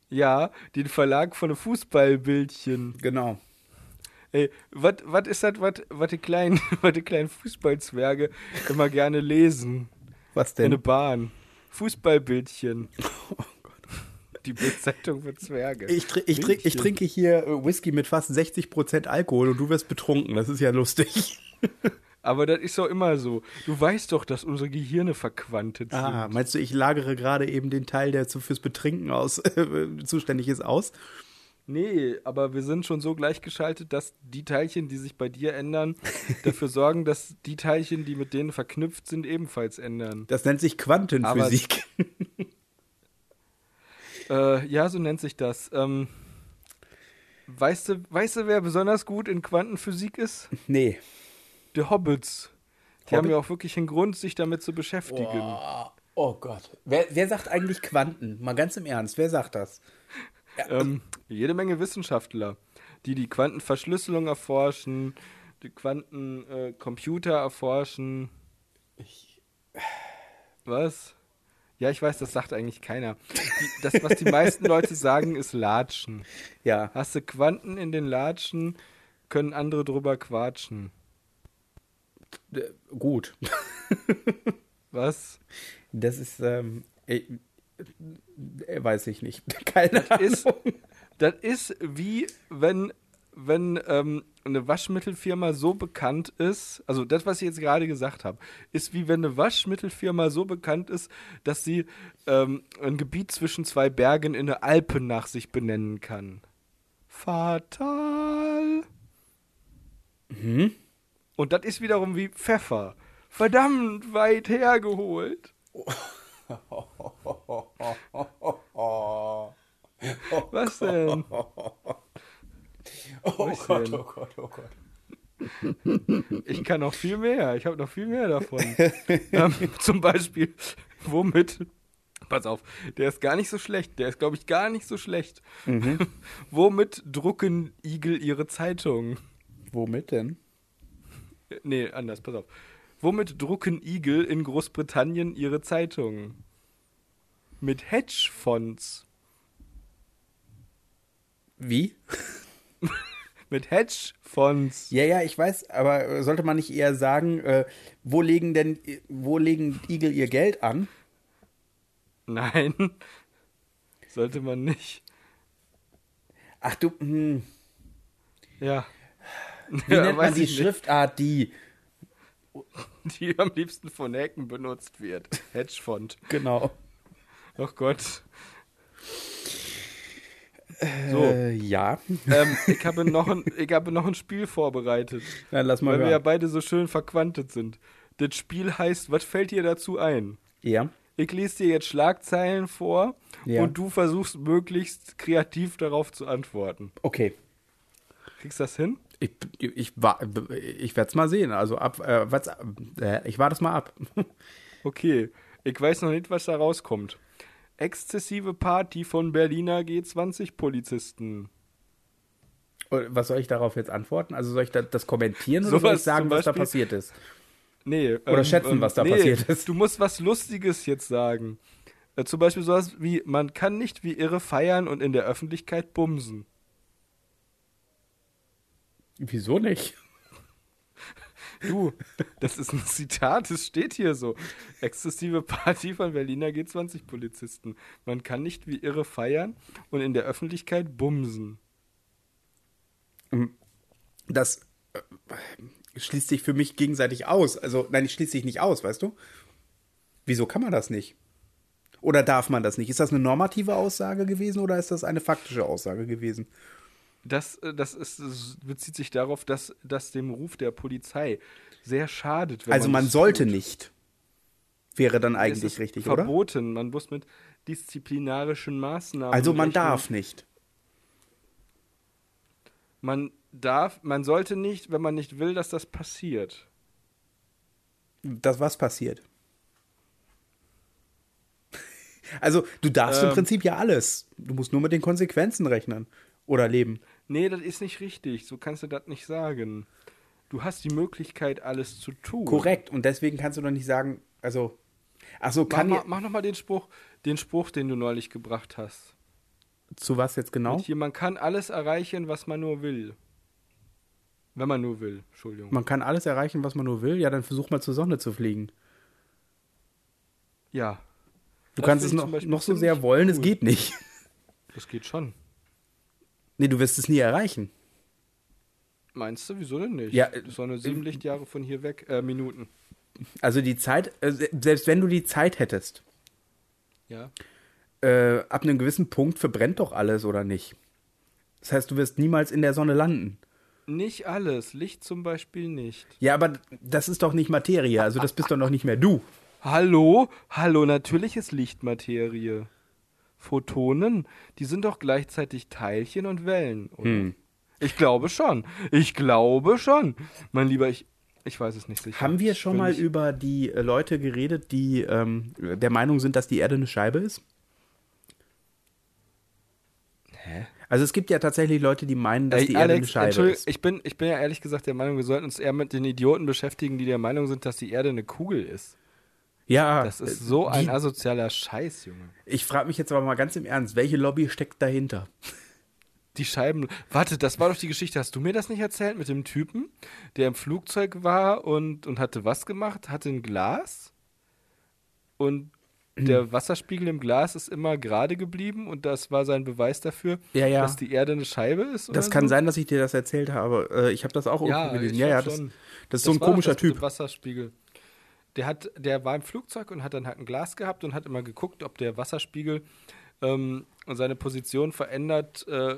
S1: Ja, den Verlag von den Fußballbildchen.
S2: Genau.
S1: Ey, was ist das, was die kleinen, wat die kleinen Fußballzwerge immer gerne lesen?
S2: Was
S1: In der
S2: denn? Oh
S1: Bahn. Fußballbildchen. Die Bildzeitung für Zwerge.
S2: Ich, tr ich, trink, ich
S1: Bildchen.
S2: trinke hier äh, Whisky mit fast 60% Alkohol und du wirst betrunken. Das ist ja lustig.
S1: Aber das ist doch immer so. Du weißt doch, dass unsere Gehirne verquantet sind.
S2: Ah, meinst du, ich lagere gerade eben den Teil, der zu, fürs Betrinken aus, äh, zuständig ist, aus?
S1: Nee, aber wir sind schon so gleichgeschaltet, dass die Teilchen, die sich bei dir ändern, dafür sorgen, dass die Teilchen, die mit denen verknüpft sind, ebenfalls ändern.
S2: Das nennt sich Quantenphysik.
S1: Äh, ja, so nennt sich das. Ähm, weißt, du, weißt du, wer besonders gut in Quantenphysik ist?
S2: nee.
S1: Die Hobbits. Die
S2: Hobbit?
S1: haben ja auch wirklich einen Grund, sich damit zu beschäftigen.
S2: Oh Gott. Wer, wer sagt eigentlich Quanten? Mal ganz im Ernst, wer sagt das?
S1: ähm, jede Menge Wissenschaftler, die die Quantenverschlüsselung erforschen, die Quantencomputer äh, Computer erforschen. Was? Ja, ich weiß, das sagt eigentlich keiner. Die, das, was die meisten Leute sagen, ist Latschen.
S2: Ja.
S1: Hast du Quanten in den Latschen, können andere drüber quatschen.
S2: äh, Gut.
S1: Was?
S2: Das ist, ähm, äh, äh, weiß ich nicht. Keine Ahnung.
S1: ist, das ist wie wenn, wenn ähm, eine Waschmittelfirma so bekannt ist, also das, was ich jetzt gerade gesagt habe, ist wie wenn eine Waschmittelfirma so bekannt ist, dass sie ähm, ein Gebiet zwischen zwei Bergen in der Alpen nach sich benennen kann. Fatal. Und das ist wiederum wie Pfeffer. Verdammt weit hergeholt. Was denn?
S2: Oh
S1: Was Gott, denn? oh
S2: Gott, oh Gott.
S1: Ich kann noch viel mehr. Ich habe noch viel mehr davon. ähm, zum Beispiel, womit? Pass auf, der ist gar nicht so schlecht. Der ist, glaube ich, gar nicht so schlecht.
S2: Mhm.
S1: womit drucken Igel ihre Zeitungen?
S2: Womit denn?
S1: Äh, Nee, anders, pass auf. Womit drucken Igel in Großbritannien ihre Zeitungen? Mit Hedgefonds.
S2: Wie?
S1: Mit Hedgefonds.
S2: Ja, ja, ich weiß, aber äh, sollte man nicht eher sagen, äh, wo legen denn, äh, wo legen Igel ihr Geld an?
S1: Nein, sollte man nicht.
S2: Ach du, hm,
S1: Ja.
S2: wie nennt man die
S1: ich nicht.
S2: Schriftart, die?
S1: die am liebsten von Hacken benutzt wird. Hedgefond.
S2: Genau.
S1: Ach Oh Gott. So.
S2: Äh, ja.
S1: Ähm, ich, habe noch ein, ich habe noch ein Spiel vorbereitet.
S2: Dann lass mal
S1: weil wir ja
S2: hören.
S1: beide so schön verquantet sind. Das Spiel heißt, was fällt dir dazu ein?
S2: Ja.
S1: Ich lese dir jetzt Schlagzeilen vor
S2: Ja.
S1: und du versuchst möglichst kreativ darauf zu antworten.
S2: Okay.
S1: Kriegst du das hin?
S2: Ich, ich, wa- ich werde es mal sehen. Also ab, äh, was, äh, ich warte es mal ab.
S1: Okay. Ich weiß noch nicht, was da rauskommt. Exzessive Party von Berliner G20-Polizisten.
S2: Und was soll ich darauf jetzt antworten? Also soll ich da, das kommentieren oder
S1: Sowas
S2: soll ich sagen,
S1: zum
S2: was da
S1: Beispiel?
S2: passiert ist?
S1: Nee.
S2: Oder schätzen, was da passiert ist.
S1: Du musst was Lustiges jetzt sagen. Äh, zum Beispiel sowas wie, man kann nicht wie irre feiern und in der Öffentlichkeit bumsen.
S2: Wieso nicht?
S1: Du, das ist ein Zitat, das steht hier so. Exzessive Party von Berliner G20-Polizisten. Man kann nicht wie irre feiern und in der Öffentlichkeit bumsen.
S2: Das äh, schließt sich für mich gegenseitig aus. Also nein, ich schließe dich nicht aus, weißt du? Wieso kann man das nicht? Oder darf man das nicht? Ist das eine normative Aussage gewesen oder ist das eine faktische Aussage gewesen?
S1: Das, äh, das, ist, das bezieht sich darauf, dass das dem Ruf der Polizei sehr schadet. Wenn
S2: also man
S1: es
S2: sollte
S1: tut.
S2: nicht. Wäre dann
S1: Es
S2: eigentlich
S1: ist
S2: richtig, oder?
S1: verboten. Man muss mit disziplinarischen Maßnahmen.
S2: Also man
S1: rechnen.
S2: darf nicht.
S1: Man darf, man sollte nicht, wenn man nicht will, dass das passiert.
S2: Das was passiert. Also du darfst im
S1: Ähm.
S2: Prinzip ja alles. Du musst nur mit den Konsequenzen rechnen oder leben.
S1: Nee, das ist nicht richtig. So kannst du das nicht sagen. Du hast die Möglichkeit, alles zu tun.
S2: Korrekt. Und deswegen kannst du doch nicht sagen, also. Ach so,
S1: Mach,
S2: kann
S1: mal,
S2: ich.
S1: mach noch mal den Spruch, den Spruch, den du neulich gebracht hast.
S2: Zu was jetzt genau?
S1: Und hier, man kann alles erreichen, was man nur will. Wenn man nur will, Entschuldigung.
S2: Man kann alles erreichen, was man nur will. Ja, dann versuch mal zur Sonne zu fliegen.
S1: ja.
S2: Du
S1: Das
S2: kannst
S1: find
S2: es
S1: ich
S2: noch,
S1: zum Beispiel
S2: noch so
S1: ziemlich
S2: sehr wollen, es
S1: cool.
S2: geht nicht.
S1: Das geht schon.
S2: Nee, du wirst es nie erreichen.
S1: Meinst du, wieso denn nicht?
S2: Ja,
S1: das ist doch nur sieben Lichtjahre von hier weg, äh, Minuten.
S2: Also die Zeit, äh, se- selbst wenn du die Zeit hättest,
S1: Ja.
S2: äh, ab einem gewissen Punkt verbrennt doch alles, oder nicht? Das heißt, du wirst niemals in der Sonne landen.
S1: Nicht alles, Licht zum Beispiel nicht.
S2: Ja, aber das ist doch nicht Materie, also das bist doch noch nicht mehr du.
S1: Hallo? Hallo, natürlich ist Licht Materie. Photonen, die sind doch gleichzeitig Teilchen und Wellen, oder? Ich glaube schon. Ich glaube schon. Mein Lieber, ich, ich weiß es nicht sicher.
S2: Haben wir
S1: Ich
S2: schon
S1: bin
S2: mal
S1: nicht-
S2: über die äh, Leute geredet, die ähm, der Meinung sind, dass die Erde eine Scheibe ist?
S1: Hä?
S2: Also es gibt ja tatsächlich Leute, die meinen, dass
S1: Ey,
S2: die Erde eine
S1: Alex,
S2: Scheibe
S1: Entschuldigung,
S2: ist.
S1: ich bin, ich bin ja ehrlich gesagt der Meinung, wir sollten uns eher mit den Idioten beschäftigen, die der Meinung sind, dass die Erde eine Kugel ist.
S2: Ja,
S1: Das ist
S2: äh,
S1: so ein
S2: die,
S1: asozialer Scheiß, Junge.
S2: ich frage mich jetzt aber mal ganz im Ernst, welche Lobby steckt dahinter?
S1: Die Scheiben. Warte, das war doch die Geschichte. Hast du mir das nicht erzählt mit dem Typen, der im Flugzeug war und, und hatte was gemacht? Hatte ein Glas und
S2: Mhm.
S1: der Wasserspiegel im Glas ist immer gerade geblieben und das war sein Beweis dafür,
S2: Ja, ja.
S1: dass die Erde eine Scheibe ist. oder
S2: Das kann
S1: so?
S2: sein, dass ich dir das erzählt habe. Äh, ich habe das auch
S1: Ja,
S2: irgendwo gelesen.
S1: ich
S2: Ja,
S1: glaub
S2: ja, das,
S1: schon.
S2: das ist so ein
S1: war doch
S2: komischer
S1: das mit dem
S2: Typ.
S1: Wasserspiegel. Der, hat, der war im Flugzeug und hat dann halt ein Glas gehabt und hat immer geguckt, ob der Wasserspiegel ähm, seine Position verändert äh,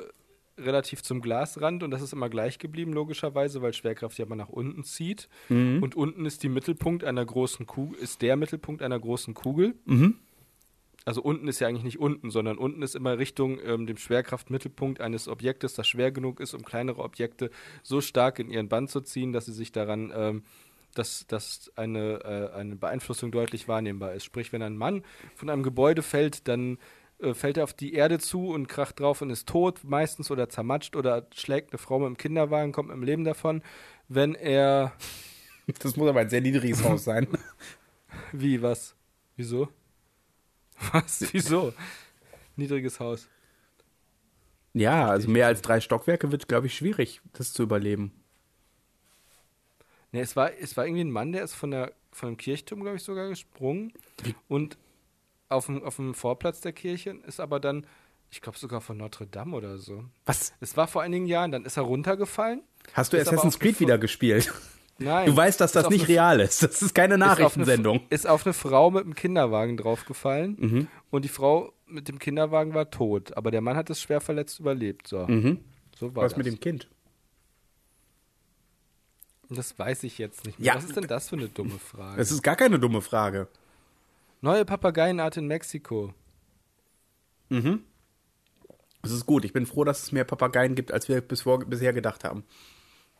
S1: relativ zum Glasrand. Und das ist immer gleich geblieben, logischerweise, weil Schwerkraft ja immer nach unten zieht.
S2: Mhm.
S1: Und unten ist, die Mittelpunkt einer großen Kugel, ist der Mittelpunkt einer großen Kugel. Also unten ist ja eigentlich nicht unten, sondern unten ist immer Richtung ähm, dem Schwerkraftmittelpunkt eines Objektes, das schwer genug ist, um kleinere Objekte so stark in ihren Band zu ziehen, dass sie sich daran, ähm, dass, dass eine, äh, eine Beeinflussung deutlich wahrnehmbar ist. Sprich, wenn ein Mann von einem Gebäude fällt, dann äh, fällt er auf die Erde zu und kracht drauf und ist tot meistens oder zermatscht oder schlägt eine Frau mit dem Kinderwagen, kommt mit dem Leben davon. Wenn er,
S2: Das muss aber ein sehr niedriges Haus sein.
S1: wie, was? Wieso? Was? Wieso? Niedriges Haus.
S2: Ja, also mehr als drei Stockwerke wird, glaube ich, schwierig, das zu überleben.
S1: Ne, es war, es war irgendwie ein Mann, der ist von, der, von einem Kirchturm, glaube ich, sogar gesprungen. Und auf dem, auf dem Vorplatz der Kirche ist aber dann, ich glaube sogar von Notre Dame oder so.
S2: Was?
S1: Es war vor einigen Jahren, dann ist er runtergefallen.
S2: Hast du
S1: Ist aber
S2: Assassin's
S1: auch
S2: Creed
S1: gefo-
S2: wieder gespielt?
S1: Nein.
S2: Du weißt, dass
S1: ist
S2: das
S1: auf
S2: nicht
S1: eine-
S2: real ist. Das ist keine
S1: ist auf eine-
S2: Nachrichtensendung. Mhm.
S1: Ist auf eine Frau mit einem Kinderwagen draufgefallen und die Frau mit dem Kinderwagen war tot, aber der Mann hat es schwer verletzt überlebt. So,
S2: Mhm.
S1: so war
S2: Was
S1: das.
S2: mit dem Kind?
S1: das weiß ich jetzt nicht mehr.
S2: Ja.
S1: Was ist denn das für eine dumme Frage?
S2: Das ist gar keine dumme Frage.
S1: Neue Papageienart in Mexiko.
S2: Es ist gut. Ich bin froh, dass es mehr Papageien gibt, als wir bis vor, bisher gedacht haben.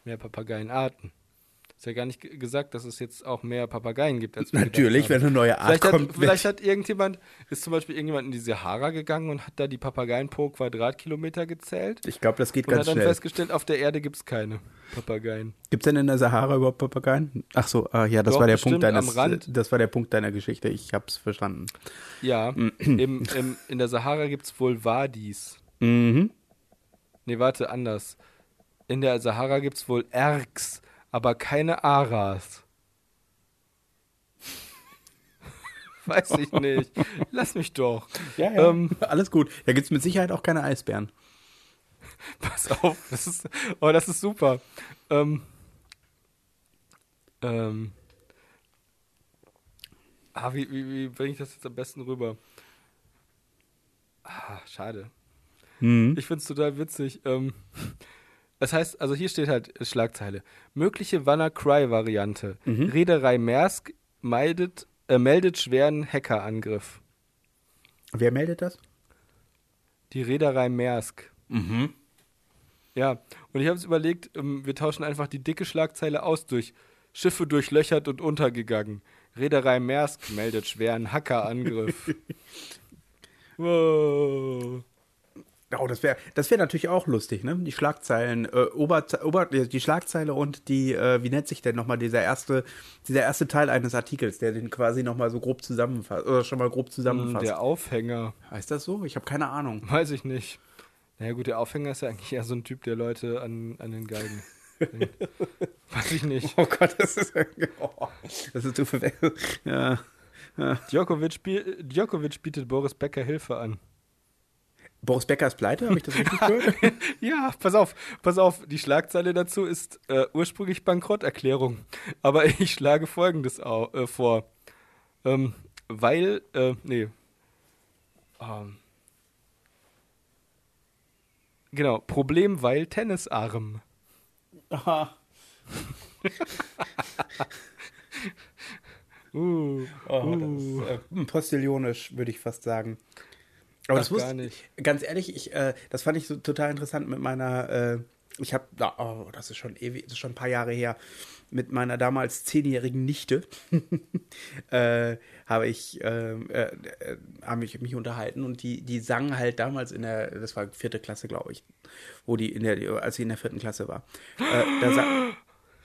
S1: Mehr Papageienarten. Ist ja gar nicht ge- gesagt, dass es jetzt auch mehr Papageien gibt als wir
S2: Natürlich,
S1: gedacht
S2: wenn eine neue
S1: haben.
S2: Art
S1: vielleicht,
S2: kommt.
S1: hat, vielleicht hat irgendjemand, ist zum Beispiel irgendjemand in die Sahara gegangen und hat da die Papageien pro Quadratkilometer gezählt
S2: ich glaube, das geht
S1: und hat
S2: ganz
S1: dann
S2: schnell.
S1: festgestellt, auf der Erde gibt es keine Papageien.
S2: Gibt es denn in der Sahara überhaupt Papageien? Ach so, ah, ja, das
S1: Doch,
S2: war der
S1: bestimmt
S2: Punkt deines,
S1: am Rand.
S2: das war der Punkt deiner Geschichte. Ich hab's verstanden.
S1: Ja, im, im, in der Sahara gibt es wohl Wadis.
S2: Mhm.
S1: Nee, warte, anders. In der Sahara gibt es wohl Ergs, aber keine Aras. Weiß ich nicht. Lass mich doch.
S2: Ja, ja.
S1: Ähm,
S2: Alles gut. Da gibt's mit Sicherheit auch keine Eisbären.
S1: pass auf. Das ist, oh, das ist super. Ähm, ähm, ah, wie, wie, wie bringe ich das jetzt am besten rüber? Ah, schade.
S2: Mhm.
S1: Ich find's total witzig. Ähm, das heißt, also hier steht halt äh, Schlagzeile. Mögliche WannaCry-Variante. Reederei Maersk meidet, äh, meldet schweren Hackerangriff.
S2: Wer meldet das?
S1: Die Reederei Maersk.
S2: Mhm.
S1: Ja, und ich habe es überlegt, ähm, wir tauschen einfach die dicke Schlagzeile aus durch Schiffe durchlöchert und untergegangen. Reederei Maersk meldet schweren Hackerangriff. wow.
S2: Oh, das wäre das wär natürlich auch lustig, ne? Die Schlagzeilen, äh, Ober, Ober, die Schlagzeile und die, äh, wie nennt sich denn nochmal dieser erste, dieser erste Teil eines Artikels, der den quasi nochmal so grob zusammenfasst, oder schon mal grob
S1: Hm,
S2: zusammenfasst.
S1: Der Aufhänger.
S2: Heißt das so? Ich habe keine Ahnung.
S1: Weiß ich nicht. Naja gut, der Aufhänger ist ja eigentlich eher so ein Typ, der Leute an, an den Geigen. hängt. Weiß ich nicht.
S2: Oh Gott, das ist, oh, das ist zu verwechseln. Ja.
S1: Djokovic, spiel, Djokovic bietet Boris Becker Hilfe an.
S2: Boris Becker ist pleite, habe ich das richtig gehört?
S1: Ja, pass auf, pass auf. Die Schlagzeile dazu ist äh, ursprünglich Bankrotterklärung. Aber ich schlage Folgendes au, äh, vor. Ähm, weil, äh, nee. Ähm, genau, Problem, weil Tennisarm.
S2: Aha.
S1: Uh,
S2: Oh,
S1: uh.
S2: das ist, äh, postillonisch, würde ich fast sagen. Aber das
S1: Ach,
S2: wusste
S1: gar nicht.
S2: Ganz ehrlich, ich, äh, das fand ich so total interessant mit meiner, äh, ich habe, oh, das ist schon ewig, das ist schon ein paar Jahre her, mit meiner damals zehnjährigen Nichte äh, habe ich, äh, äh, äh, habe ich mich unterhalten und die, die sang halt damals in der, das war vierte Klasse, glaube ich, wo die in der, als sie in der vierten Klasse war. Äh, da sang,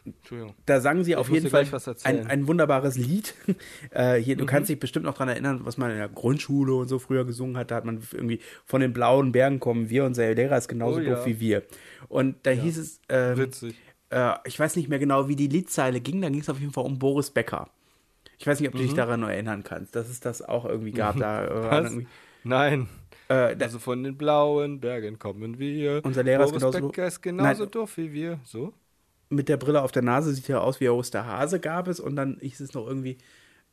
S1: Entschuldigung.
S2: da sangen sie auf
S1: muss
S2: jeden
S1: dir
S2: Fall
S1: gleich was erzählen. Mhm.
S2: ein, ein wunderbares Lied. Äh, hier, du kannst dich bestimmt noch dran erinnern, was man in der Grundschule und so früher gesungen hat. Da hat man irgendwie von den blauen Bergen kommen wir, unser Lehrer ist genauso
S1: Oh ja.
S2: doof wie wir. Und da hieß es, ähm,
S1: Witzig.
S2: äh, ich weiß nicht mehr genau, wie die Liedzeile ging, da ging es auf jeden Fall um Boris Becker. Ich weiß nicht, ob du dich daran noch erinnern kannst, dass es das auch irgendwie gab. Da, äh, waren
S1: Mhm. Was?
S2: irgendwie-
S1: Nein.
S2: äh, da,
S1: Also von den blauen Bergen kommen wir.
S2: Unser Lehrer ist
S1: Boris
S2: genauso-
S1: Becker ist genauso
S2: Nein.
S1: doof wie wir. So?
S2: mit der Brille auf der Nase sieht er aus wie Osterhase gab es und dann hieß es noch irgendwie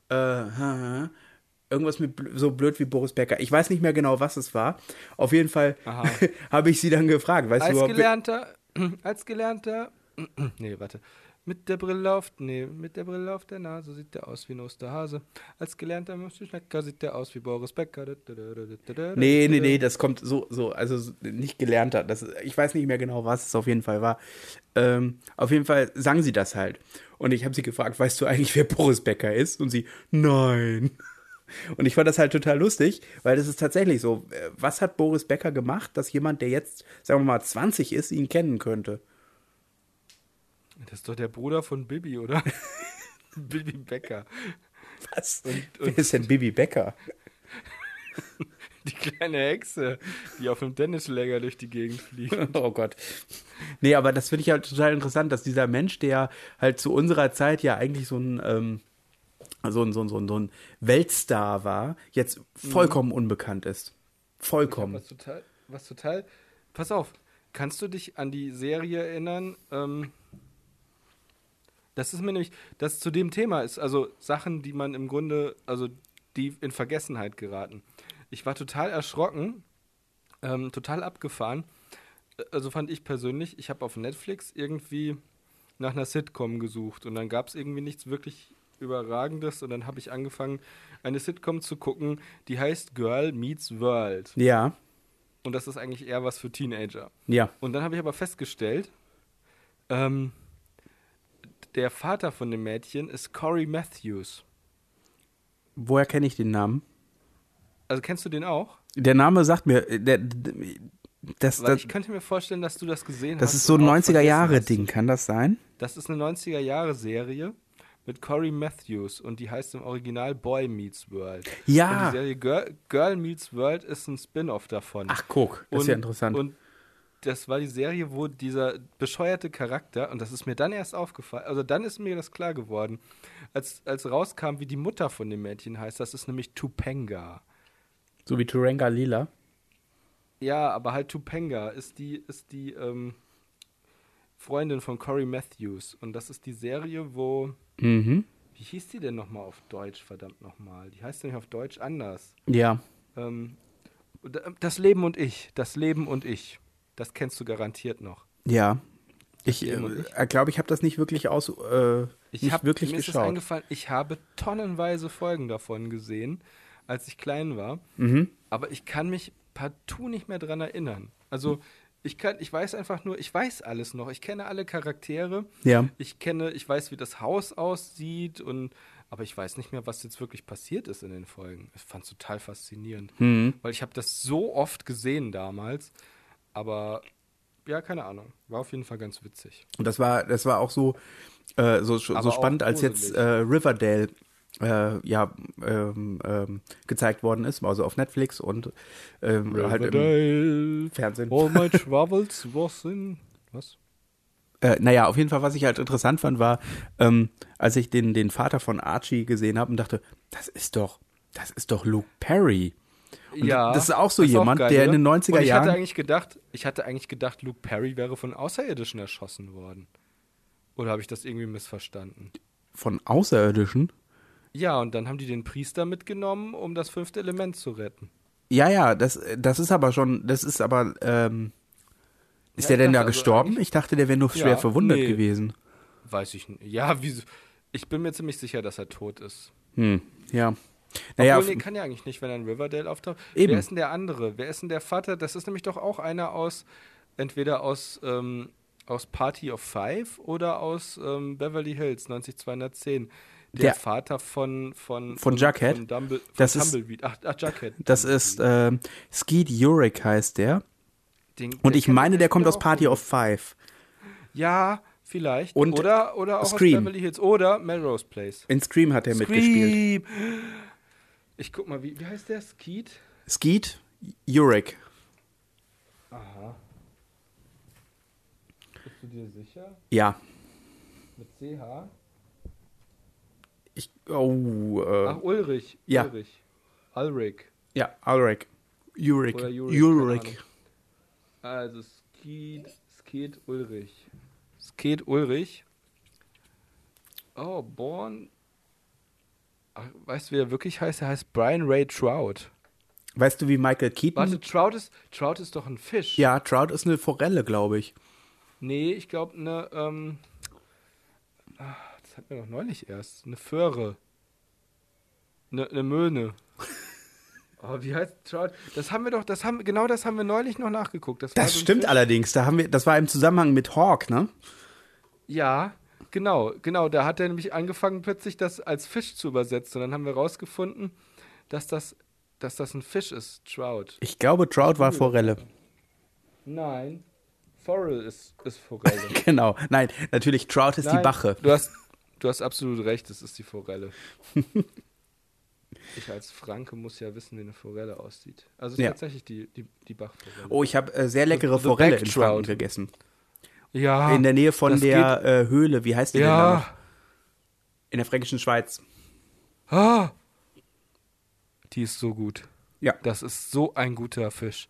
S2: äh, haha, irgendwas mit bl- so blöd wie Boris Becker. Ich weiß nicht mehr genau, was es war. Auf jeden Fall
S1: Aha.
S2: habe ich sie dann gefragt, weißt du
S1: Als
S2: überhaupt,
S1: gelernter, als gelernter, nee, warte. Mit der Brille auf, nee, mit der Brille auf der Nase sieht der aus wie ein Osterhase. Als gelernter Müsterschnecker sieht der aus wie Boris Becker.
S2: Nee, nee, nee, das kommt so, so, also so- nicht gelernter. Das, ich weiß nicht mehr genau, was es auf jeden Fall war. Ähm, auf jeden Fall sang sie das halt. Und ich habe sie gefragt, weißt du eigentlich, wer Boris Becker ist? Und sie, nein. Und ich fand das halt total lustig, weil das ist tatsächlich so. Äh, Was hat Boris Becker gemacht, dass jemand, der jetzt, sagen wir mal, 20 ist, ihn kennen könnte?
S1: Das ist doch der Bruder von Bibi, oder? Bibi Becker.
S2: Was?
S1: und-
S2: wer ist denn Bibi Becker?
S1: Die kleine Hexe, die auf dem Tennisschläger durch die Gegend fliegt.
S2: Oh Gott. Nee, aber das finde ich halt total interessant, dass dieser Mensch, der halt zu unserer Zeit ja eigentlich so ein, ähm, so ein, so ein, so ein, so ein Weltstar war, jetzt vollkommen unbekannt ist. Vollkommen.
S1: Was total, was total. Pass auf, kannst du dich an die Serie erinnern? Ähm, das ist mir nämlich, das zu dem Thema ist, also Sachen, die man im Grunde, also die in Vergessenheit geraten. Ich war total erschrocken, ähm, total abgefahren. Also fand ich persönlich, ich habe auf Netflix irgendwie nach einer Sitcom gesucht und dann gab es irgendwie nichts wirklich Überragendes und dann habe ich angefangen, eine Sitcom zu gucken, die heißt Girl Meets World.
S2: Ja,
S1: Und das ist eigentlich eher was für Teenager.
S2: ja.
S1: Und dann habe ich aber festgestellt, ähm, der Vater von dem Mädchen ist Corey Matthews.
S2: Woher kenne ich den Namen?
S1: Also kennst du den auch?
S2: Der Name sagt mir, äh, der, das,
S1: Weil
S2: das,
S1: ich könnte mir vorstellen, dass du das gesehen hast.
S2: das ist so
S1: und
S2: ein
S1: auch vergessen hast.
S2: 90er-Jahre-Ding, kann das sein?
S1: Das ist eine 90er-Jahre-Serie mit Corey Matthews und die heißt im Original Boy Meets World.
S2: Ja.
S1: Und die Serie Girl, Girl Meets World ist ein Spin-off davon.
S2: Ach, guck, das
S1: und,
S2: ist ja interessant.
S1: Und das war die Serie, wo dieser bescheuerte Charakter, und das ist mir dann erst aufgefallen, also dann ist mir das klar geworden, als, als rauskam, wie die Mutter von dem Mädchen heißt, das ist nämlich Tupenga.
S2: so wie Turenga Lila.
S1: Ja, aber halt Tupenga ist die, ist die ähm, Freundin von Corey Matthews. Und das ist die Serie, wo.
S2: Mhm.
S1: Wie hieß die denn nochmal auf Deutsch, verdammt nochmal? Die heißt nämlich auf Deutsch anders.
S2: Ja.
S1: Ähm, d- das Leben und ich. Das Leben und ich. Das kennst du garantiert noch.
S2: Ja. Ich
S1: Leben
S2: glaube,
S1: und
S2: ich, äh, glaub, ich habe das nicht wirklich aus, äh,
S1: Ich
S2: nicht
S1: hab-
S2: wirklich
S1: mir Ist es
S2: geschaut.
S1: eingefallen, ich habe tonnenweise Folgen davon gesehen, als ich klein war.
S2: Mhm.
S1: Aber ich kann mich partout nicht mehr dran erinnern. Also ich kann, ich weiß einfach nur, ich weiß alles noch. Ich kenne alle Charaktere.
S2: Ja.
S1: Ich kenne, ich weiß, wie das Haus aussieht und aber ich weiß nicht mehr, was jetzt wirklich passiert ist in den Folgen. Ich fand es total faszinierend,
S2: Mhm.
S1: weil ich habe das so oft gesehen damals. Aber ja, keine Ahnung. War auf jeden Fall ganz witzig.
S2: Und das war, das war auch so, äh, so, so
S1: Aber
S2: spannend,
S1: auch
S2: als jetzt äh, Riverdale äh, ja, ähm, ähm, gezeigt worden ist, also auf Netflix und ähm, halt im
S1: Riverdale.
S2: Fernsehen.
S1: All my troubles was in. Was?
S2: Äh, naja, auf jeden Fall, was ich halt interessant fand, war, ähm, als ich den, den Vater von Archie gesehen habe und dachte, das ist doch, das ist doch Luke Perry. Und das ist auch so jemand, der in den 90er
S1: Und ich hatte
S2: Jahren-
S1: eigentlich gedacht, ich hatte eigentlich gedacht, Luke Perry wäre von Außerirdischen erschossen worden. Oder habe ich das irgendwie missverstanden?
S2: Von Außerirdischen.
S1: Ja, und dann haben die den Priester mitgenommen, um das fünfte Element zu retten.
S2: Ja, ja, das, äh, das ist aber schon, das ist aber, ähm, ist
S1: Ja,
S2: der
S1: ich
S2: denn da
S1: dachte also
S2: gestorben? ich dachte, der wäre nur schwer
S1: Ja,
S2: verwundet
S1: nee.
S2: gewesen.
S1: Weiß ich nicht. Ja, wieso? Ich bin mir ziemlich sicher, dass er tot ist.
S2: Hm, ja. Naja,
S1: Obwohl, nee, kann ja eigentlich nicht, wenn er in Riverdale auftaucht.
S2: Eben.
S1: Wer ist denn der andere? Wer ist denn der Vater? Das ist nämlich doch auch einer aus, entweder aus, ähm, aus Party of Five oder aus ähm, Beverly Hills 90210. Der,
S2: Der-
S1: Vater von von
S2: Von Jughead?
S1: Von, Dumble, von
S2: Das ist-
S1: Tumbleweed. Ach, ach Jughead.
S2: das ist, ähm, Skeet Urich heißt der.
S1: Den-
S2: Und
S1: den
S2: ich
S1: kennt-
S2: meine,
S1: den
S2: der
S1: kennt
S2: kommt
S1: man
S2: aus
S1: auch
S2: Party
S1: gut.
S2: of Five.
S1: Ja, vielleicht.
S2: Und
S1: oder oder auch
S2: Scream.
S1: aus Beverly Hills oder Melrose Place.
S2: In Scream hat er mitgespielt.
S1: Scream. Ich guck mal, wie, wie heißt der Skeet?
S2: Skeet Urich.
S1: Aha. Bist du dir sicher?
S2: Ja.
S1: Mit CH?
S2: Ich, oh, äh,
S1: Ach, Ulrich.
S2: ja.
S1: Ulrich. Ulrich.
S2: ja, Ulrich. Urich.
S1: Oder Urich, keine
S2: Urich.
S1: Ahnung. Also Skeet, Skeet Ulrich. Skeet Ulrich. Oh, Born. Ach, weißt du, wie er wirklich heißt? Er heißt Brian Ray Trout.
S2: Weißt du, wie Michael Keaton?
S1: Warte, Trout ist, Trout ist doch ein Fisch.
S2: Ja, Trout ist eine Forelle, glaube ich.
S1: Nee, ich glaube, eine, ähm. ah, Das hatten wir doch neulich erst. Eine Föhre. Ne, Eine, eine Möhne. Oh, wie heißt Trout? Das haben wir doch, das haben, genau das haben wir neulich noch nachgeguckt. Das, war
S2: Das
S1: so ein
S2: stimmt
S1: Fisch.
S2: allerdings. Da haben wir, das war im Zusammenhang mit Hawk, ne?
S1: Ja, genau, genau. Da hat er nämlich angefangen, plötzlich das als Fisch zu übersetzen. Und dann haben wir rausgefunden, dass das, dass das ein Fisch ist, Trout.
S2: Ich glaube, Trout
S1: Hm.
S2: war Forelle.
S1: Nein, Forel ist, ist Forelle.
S2: Genau. Nein, natürlich, Trout ist
S1: Nein,
S2: die Bache.
S1: Du hast, du hast absolut recht, es ist die Forelle. ich als Franke muss ja wissen, wie eine Forelle aussieht. Also es ist
S2: Ja.
S1: tatsächlich die, die, die Bachforelle.
S2: Oh, ich habe äh, sehr leckere
S1: The- the
S2: Forelle
S1: back
S2: in Franken
S1: trout.
S2: gegessen.
S1: Ja,
S2: in der Nähe von
S1: das
S2: der äh, Höhle. Wie heißt die
S1: Geht,
S2: denn da noch?
S1: ja.
S2: In der Fränkischen Schweiz.
S1: Ah. Die ist so gut.
S2: Ja.
S1: Das ist so ein guter Fisch.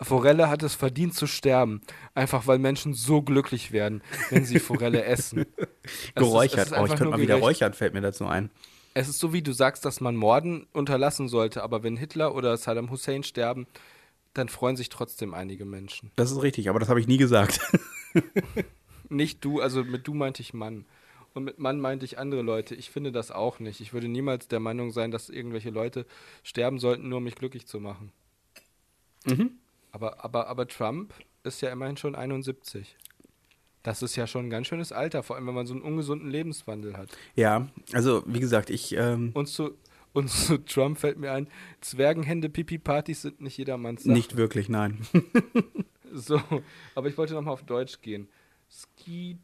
S1: Forelle hat es verdient zu sterben, einfach weil Menschen so glücklich werden, wenn sie Forelle essen. Es ist- es
S2: Geräuchert.
S1: ist
S2: oh, ich
S1: einfach
S2: könnte
S1: nur
S2: mal wieder
S1: gerecht.
S2: räuchern, fällt mir dazu ein.
S1: es ist so, wie du sagst, dass man Morden unterlassen sollte, aber wenn Hitler oder Saddam Hussein sterben, dann freuen sich trotzdem einige Menschen.
S2: Das ist richtig, aber das habe ich nie gesagt.
S1: Nicht du, also mit du meinte ich Mann. Und mit Mann meinte ich andere Leute. Ich finde das auch nicht. Ich würde niemals der Meinung sein, dass irgendwelche Leute sterben sollten, nur um mich glücklich zu machen.
S2: Mhm.
S1: Aber, aber, aber Trump ist ja immerhin schon 71. Das ist ja schon ein ganz schönes Alter, vor allem wenn man so einen ungesunden Lebenswandel hat.
S2: Ja, also wie gesagt, ich. Ähm,
S1: und, zu, und zu Trump fällt mir ein, Zwergenhände-Pipi-Partys sind nicht jedermanns Sache.
S2: Nicht wirklich, nein.
S1: so, aber ich wollte nochmal auf Deutsch gehen. Skeet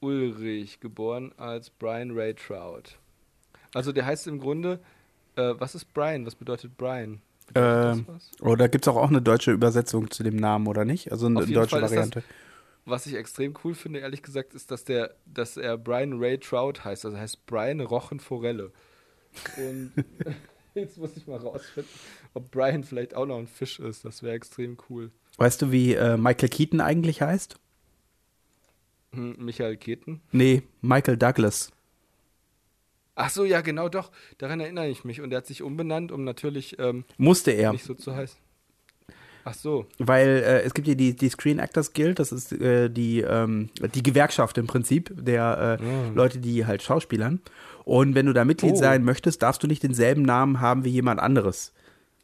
S1: Ulrich, geboren als Brian Ray Trout. Also der heißt im Grunde, äh, was ist Brian? Was bedeutet Brian?
S2: Äh, oder gibt es auch, auch eine deutsche Übersetzung zu dem Namen, oder nicht? Also eine
S1: Auf jeden
S2: deutsche
S1: Fall ist das-
S2: Variante.
S1: Was ich extrem cool finde, ehrlich gesagt, ist, dass der, dass er Brian Ray Trout heißt. Also heißt Brian Rochenforelle. Und jetzt muss ich mal rausfinden, ob Brian vielleicht auch noch ein Fisch ist. Das wäre extrem cool.
S2: Weißt du, wie äh, Michael Keaton eigentlich heißt?
S1: Hm, Michael Keten.
S2: Nee, Michael Douglas.
S1: Ach so, ja, genau doch. Daran erinnere ich mich. Und er hat sich umbenannt, um natürlich ähm,
S2: Musste er,
S1: nicht so zu heißen. Ach so.
S2: weil äh, es gibt hier die, die Screen Actors Guild, das ist äh, die, ähm, die Gewerkschaft im Prinzip der äh, Leute, die halt Schauspielern. Und wenn du da Mitglied
S1: Oh.
S2: sein möchtest, darfst du nicht denselben Namen haben wie jemand anderes.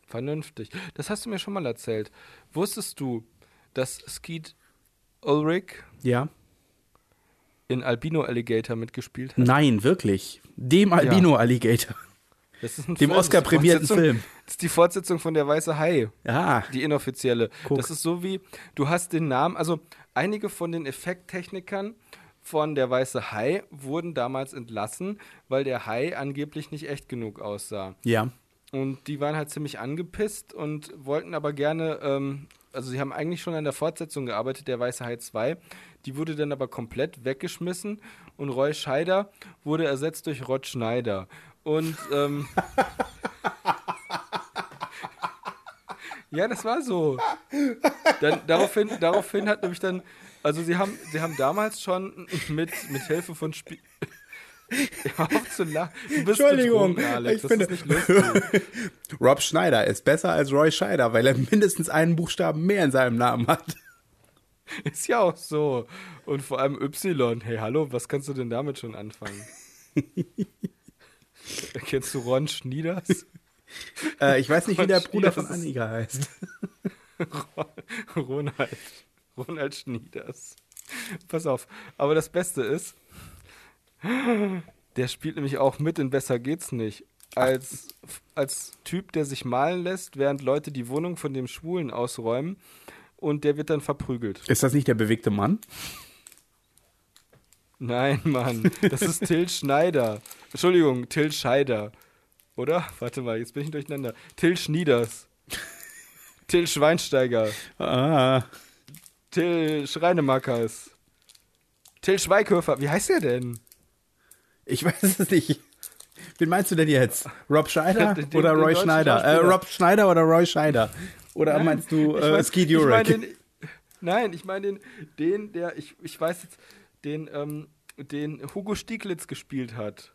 S1: Vernünftig. Das hast du mir schon mal erzählt. Wusstest du, dass Skeet Ulrich
S2: Ja?
S1: in Albino Alligator mitgespielt hat?
S2: Nein, wirklich. Dem Albino-Alligator.
S1: Das ist ein Film,
S2: Dem
S1: das ist die
S2: Oscar-prämierten
S1: Fortsetzung-
S2: Film.
S1: Das ist die Fortsetzung von Der Weiße Hai,
S2: Ah,
S1: die inoffizielle.
S2: Guck.
S1: Das ist so wie, du hast den Namen, also einige von den Effekttechnikern von Der Weiße Hai wurden damals entlassen, weil der Hai angeblich nicht echt genug aussah.
S2: ja.
S1: Und die waren halt ziemlich angepisst und wollten aber gerne, ähm, also sie haben eigentlich schon an der Fortsetzung gearbeitet, der Weiße Hai 2. Die wurde dann aber komplett weggeschmissen und Roy Scheider wurde ersetzt durch Rod Schneider. Und ähm, ja, das war so. Dann, daraufhin, daraufhin hat nämlich dann, also sie haben, sie haben damals schon mit, mit Hilfe von Spiel. Hör auf zu lachen. Du bist
S2: Entschuldigung,
S1: betrunken, Alex.
S2: ich
S1: das
S2: finde-
S1: ist nicht lustig.
S2: Rob Schneider ist besser als Roy Scheider, weil er mindestens einen Buchstaben mehr in seinem Namen hat.
S1: Ist ja auch so. Und vor allem Y. Hey, hallo, was kannst du denn damit schon anfangen? Kennst du Ron Schnieders?
S2: Äh, ich weiß nicht, wie der
S1: Quatsch,
S2: Bruder
S1: das
S2: von
S1: ist-
S2: Annika heißt.
S1: Ron- Ronald. Ronald Schnieders. Pass auf. Aber das Beste ist, der spielt nämlich auch mit in Besser geht's nicht. Als, als Typ, der sich malen lässt, während Leute die Wohnung von dem Schwulen ausräumen und der wird dann verprügelt.
S2: Ist das nicht der bewegte Mann?
S1: Nein, Mann, das ist Till Schneider. Entschuldigung, Till Scheider. Oder? Warte mal, jetzt bin ich durcheinander. Till Schnieders. Till Schweinsteiger.
S2: Ah,
S1: Till Schreinemackers. Till Schweighöfer. Wie heißt der denn?
S2: ich weiß es nicht. Wen meinst du denn jetzt? Rob Schneider
S1: Den- den-
S2: oder
S1: den
S2: Roy
S1: deutschen
S2: Schneider? Äh,
S1: Schauspieler.
S2: Rob Schneider oder Roy Schneider? Oder meinst du
S1: Ich
S2: äh,
S1: mein-
S2: Skeet
S1: ich mein
S2: Ulrich?
S1: den- Nein, ich meine den, den, der, ich, ich weiß jetzt, den, ähm, den Hugo Stieglitz gespielt hat. Hugo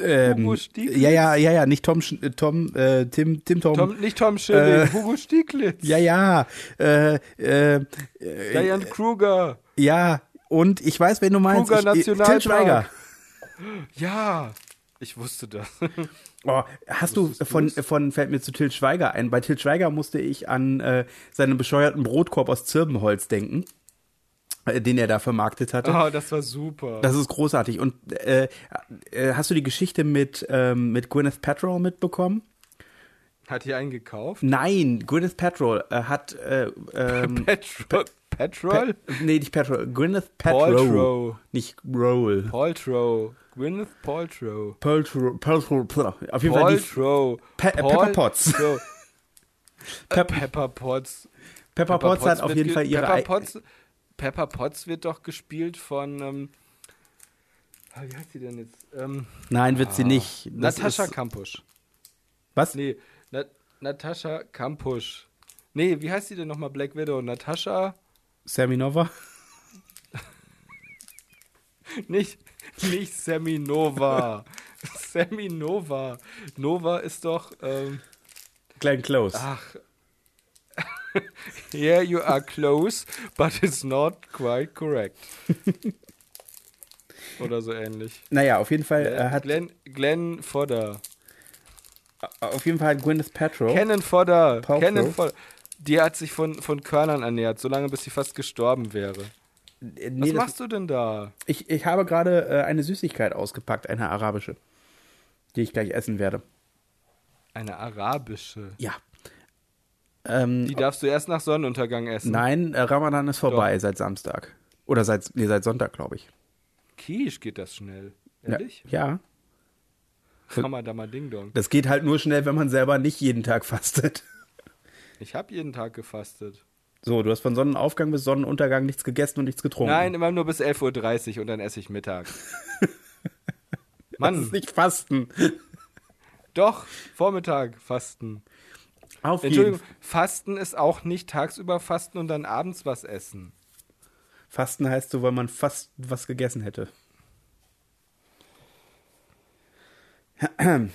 S2: ähm,
S1: Stieglitz.
S2: ja, ja, ja, ja, nicht Tom, Sch- äh, Tom, äh, Tim, Tim, Tom.
S1: Tom, nicht Tom Schilling,
S2: äh,
S1: Hugo Stieglitz.
S2: Ja, ja, äh, äh, äh,
S1: Diane Kruger.
S2: ja. Und ich weiß, wen du meinst.
S1: Kruger
S2: Ich, ich, Till
S1: Nationalpark.
S2: Schweiger.
S1: Ja, ich wusste das.
S2: Oh, hast du von, von, fällt mir zu Till Schweiger ein. Bei Till Schweiger musste ich an äh, seinen bescheuerten Brotkorb aus Zirbenholz denken, äh, den er da vermarktet hatte.
S1: Ah, das war super.
S2: Das ist großartig. Und äh, äh, hast du die Geschichte mit, ähm, mit Gwyneth Paltrow mitbekommen?
S1: Hat hier einen gekauft?
S2: Nein, Gwyneth Paltrow äh, hat äh, ähm,
S1: Petrol? Petrol?
S2: nee, nicht Paltrow, Gwyneth Paltrow,
S1: Paltrow.
S2: nicht Roll.
S1: Paltrow. Gwyneth Paltrow.
S2: Paltrow, Paltrow, Paltrow. auf jeden Fall die
S1: Paltrow.
S2: Pe- äh, Pepper Potts.
S1: Paltrow.
S2: Pep-
S1: Pepper Potts.
S2: Pepper Potts hat auf
S1: wird
S2: jeden
S1: ge-
S2: Fall ihre
S1: Pepper
S2: ei-
S1: Potts, Pepper Potts wird doch gespielt von. Ähm, ah, wie heißt sie denn jetzt? Ähm,
S2: Nein, wird sie nicht. Das
S1: Natascha
S2: ist,
S1: Kampusch.
S2: was?
S1: Nee, Na Natascha Kampusch. Nee, wie heißt sie denn nochmal? Black Widow. Natascha.
S2: Saminova?
S1: Nicht, nicht Seminova. Seminova. Nova ist doch. Ähm,
S2: Glenn Close.
S1: Ach. yeah, you are close, but it's not quite correct. Oder so ähnlich.
S2: Naja, auf jeden Fall äh,
S1: Glenn,
S2: hat
S1: Glenn, Glenn Fodder.
S2: auf jeden Fall hat Gwyneth Paltrow.
S1: Cannon Fodder.
S2: Paltrow.
S1: Cannon Fodder. Die hat sich von, von Körnern ernährt, solange bis sie fast gestorben wäre.
S2: Äh,
S1: Was
S2: nee, das-
S1: machst du denn da?
S2: Ich, ich habe gerade äh, eine Süßigkeit ausgepackt, eine arabische, die ich gleich essen werde.
S1: Eine arabische.
S2: Ja. Ähm,
S1: Die darfst du erst nach Sonnenuntergang essen.
S2: nein, äh, Ramadan ist vorbei seit Samstag. Oder seit, nee, seit Sonntag, glaube ich.
S1: Quiche geht das schnell.
S2: Ja,
S1: Ehrlich?
S2: ja. Äh.
S1: Ja. Hamadama Ding Dong.
S2: Das geht halt nur schnell, wenn man selber nicht jeden Tag fastet.
S1: Ich habe jeden Tag gefastet.
S2: So, du hast von Sonnenaufgang bis Sonnenuntergang nichts gegessen und nichts getrunken.
S1: Nein, immer nur bis 11.30 Uhr und dann esse ich Mittag.
S2: das
S1: Mann,
S2: ist nicht fasten.
S1: doch, Vormittag fasten.
S2: Auf jeden
S1: Entschuldigung,
S2: Fall.
S1: Fasten ist auch nicht tagsüber fasten und dann abends was essen.
S2: Fasten heißt so, weil man fast was gegessen hätte.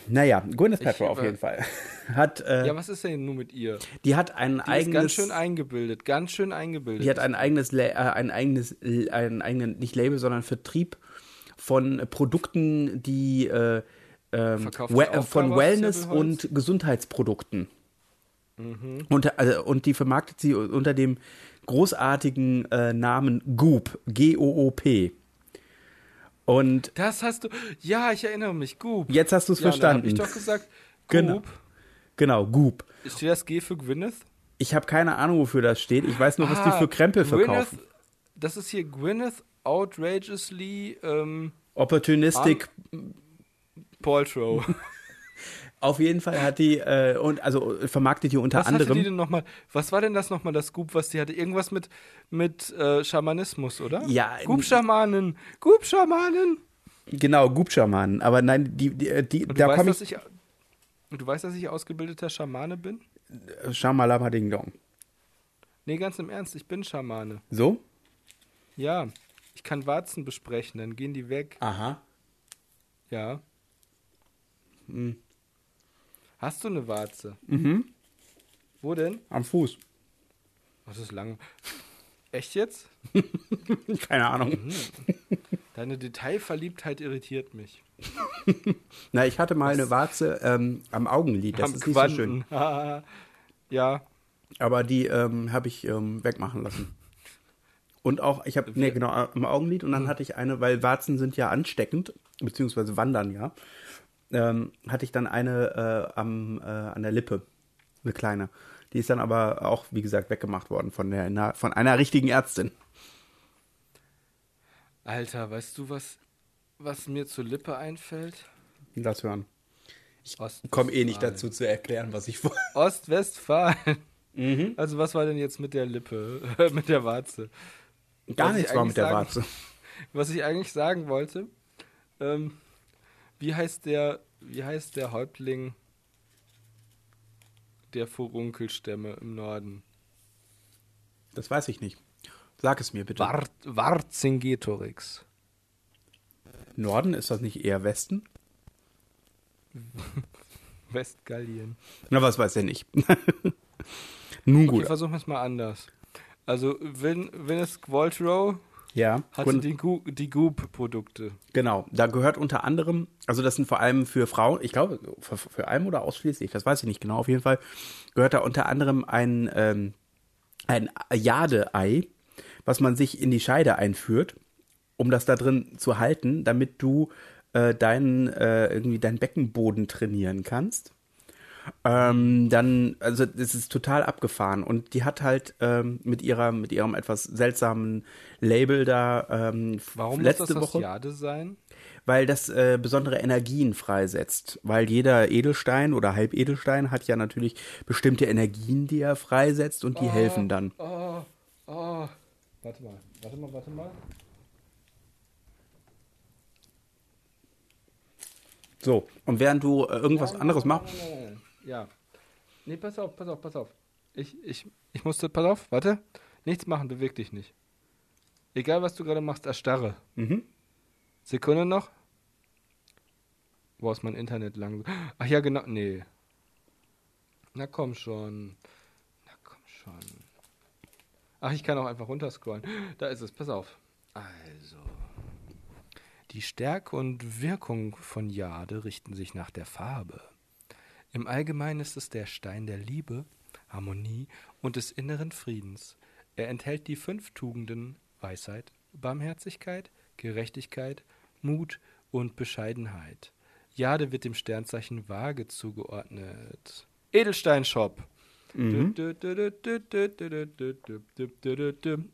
S2: naja, Gwyneth Paltrow auf
S1: äh,
S2: jeden Fall. Hat, äh,
S1: Ja, was ist denn nun mit ihr?
S2: Die hat ein
S1: Die ist
S2: eigenes.
S1: ganz schön eingebildet, ganz schön eingebildet.
S2: die hat ein eigenes, La- äh, ein eigenes, L- einen eigenen, nicht Label, sondern Vertrieb von äh, Produkten, die äh, ähm,
S1: Verkauft
S2: we
S1: die
S2: äh,
S1: auch
S2: von
S1: Covers,
S2: Wellness
S1: Säbelholz?
S2: und Gesundheitsprodukten.
S1: Mhm.
S2: Und, also, und die vermarktet sie unter dem großartigen äh, Namen Goop, G-O-O-P. Und
S1: das hast du. Ja, ich erinnere mich. Goop.
S2: jetzt hast du es
S1: ja,
S2: verstanden.
S1: Habe ich doch gesagt. Goop.
S2: Genau. Genau, Goop.
S1: Steht das G für Gwyneth?
S2: Ich habe keine Ahnung, wofür das steht. Ich weiß nur, was die
S1: Ah,
S2: für Krempel verkaufen.
S1: Gwyneth, das ist hier Gwyneth Outrageously ähm,
S2: Opportunistic
S1: Paltrow.
S2: Auf jeden Fall hat die äh, und also vermarktet die unter
S1: Was hatte die
S2: anderem.
S1: denn nochmal? Was war denn das nochmal, das Goop, was die hatte? Irgendwas mit, mit äh, Schamanismus, oder?
S2: Ja,
S1: Goop-Schamanen! Goop-Schamanen!
S2: Genau, Gubschaman. Aber nein, die, die, die
S1: Und
S2: da
S1: du, weißt,
S2: komme
S1: dass
S2: ich.
S1: ich, und du weißt, dass ich ausgebildeter Schamane bin?
S2: Shamalama Ding Dong.
S1: Nee, ganz im Ernst, ich bin Schamane.
S2: So?
S1: Ja, ich kann Warzen besprechen, dann gehen die weg.
S2: Aha.
S1: Ja. Hast du eine Warze?
S2: Hm. Mhm.
S1: Wo denn?
S2: Am Fuß.
S1: Oh, das ist lang. Echt jetzt?
S2: Keine
S1: Mhm.
S2: Ahnung.
S1: Deine Detailverliebtheit irritiert mich.
S2: Na, ich hatte mal eine Warze ähm, am Augenlid. Das
S1: Am
S2: ist nicht so schön.
S1: Quanten. ja,
S2: Aber die ähm, habe ich ähm, wegmachen lassen. Und auch, ich habe, nee, genau, am Augenlid. Und dann hatte ich eine, weil Warzen sind ja ansteckend, beziehungsweise wandern ja. Ähm, hatte ich dann eine äh, am, äh, an der Lippe. Eine kleine. Die ist dann aber auch, wie gesagt, weggemacht worden von, der, na- von einer richtigen Ärztin.
S1: Alter, weißt du, was, was mir zur Lippe einfällt?
S2: Das hören.
S1: Ost
S2: Komme eh nicht dazu zu erklären, was ich wollte.
S1: Ostwestfalen.
S2: Mhm.
S1: Also, was war denn jetzt mit der Lippe, mit der Warze?
S2: Gar
S1: Was ich
S2: nichts war mit der
S1: eigentlich
S2: Warze.
S1: Was ich eigentlich sagen wollte, ähm, wie heißt der, wie heißt der Häuptling der Furunkelstämme im Norden?
S2: Das weiß ich nicht. Sag es mir bitte.
S1: War Warzingetorix.
S2: Norden ist das nicht eher Westen?
S1: Westgallien.
S2: Na, was weiß denn ich. Nun gut.
S1: Okay, versuchen wir es mal anders. Also, Win Gwyneth Paltrow
S2: ja.
S1: hatte
S2: Grund-
S1: die, Gu die Goop-Produkte.
S2: Genau, da gehört unter anderem, also das sind vor allem für Frauen, ich glaube, für, für allem oder ausschließlich, das weiß ich nicht genau, auf jeden Fall gehört da unter anderem ein, ähm, ein Jade-Ei, was man sich in die Scheide einführt, um das da drin zu halten, damit du äh, deinen, äh, irgendwie deinen Beckenboden trainieren kannst. Ähm, dann, also es ist total abgefahren und die hat halt ähm, mit ihrer, mit ihrem etwas seltsamen Label da ähm,
S1: Warum
S2: letzte
S1: muss das
S2: Woche
S1: das Jade sein?
S2: weil das äh, besondere Energien freisetzt. Weil jeder Edelstein oder Halbedelstein hat ja natürlich bestimmte Energien, die er freisetzt und die helfen dann.
S1: Oh, oh. Warte mal, warte mal, warte mal.
S2: So, und während du äh, irgendwas anderes machst,
S1: Ja. Nee, pass auf, pass auf, pass auf. Ich, ich, ich musste, pass auf,
S2: Mhm.
S1: warte. Nichts machen, beweg dich nicht. Egal, was du gerade machst, erstarre. Sekunde noch. Wo ist mein Internet lang? Ach ja, genau. Nee. Na komm schon. Na komm schon. Ach, ich kann auch einfach runterscrollen. Da ist es, pass auf. Also. Die Stärke und Wirkung von Jade richten sich nach der Farbe. Im Allgemeinen ist es der Stein der Liebe, Harmonie und des inneren Friedens. Er enthält die fünf Tugenden Weisheit, Barmherzigkeit, Gerechtigkeit, Mut und Bescheidenheit. Jade wird dem Sternzeichen Waage zugeordnet. Edelsteinshop.
S2: Mhm.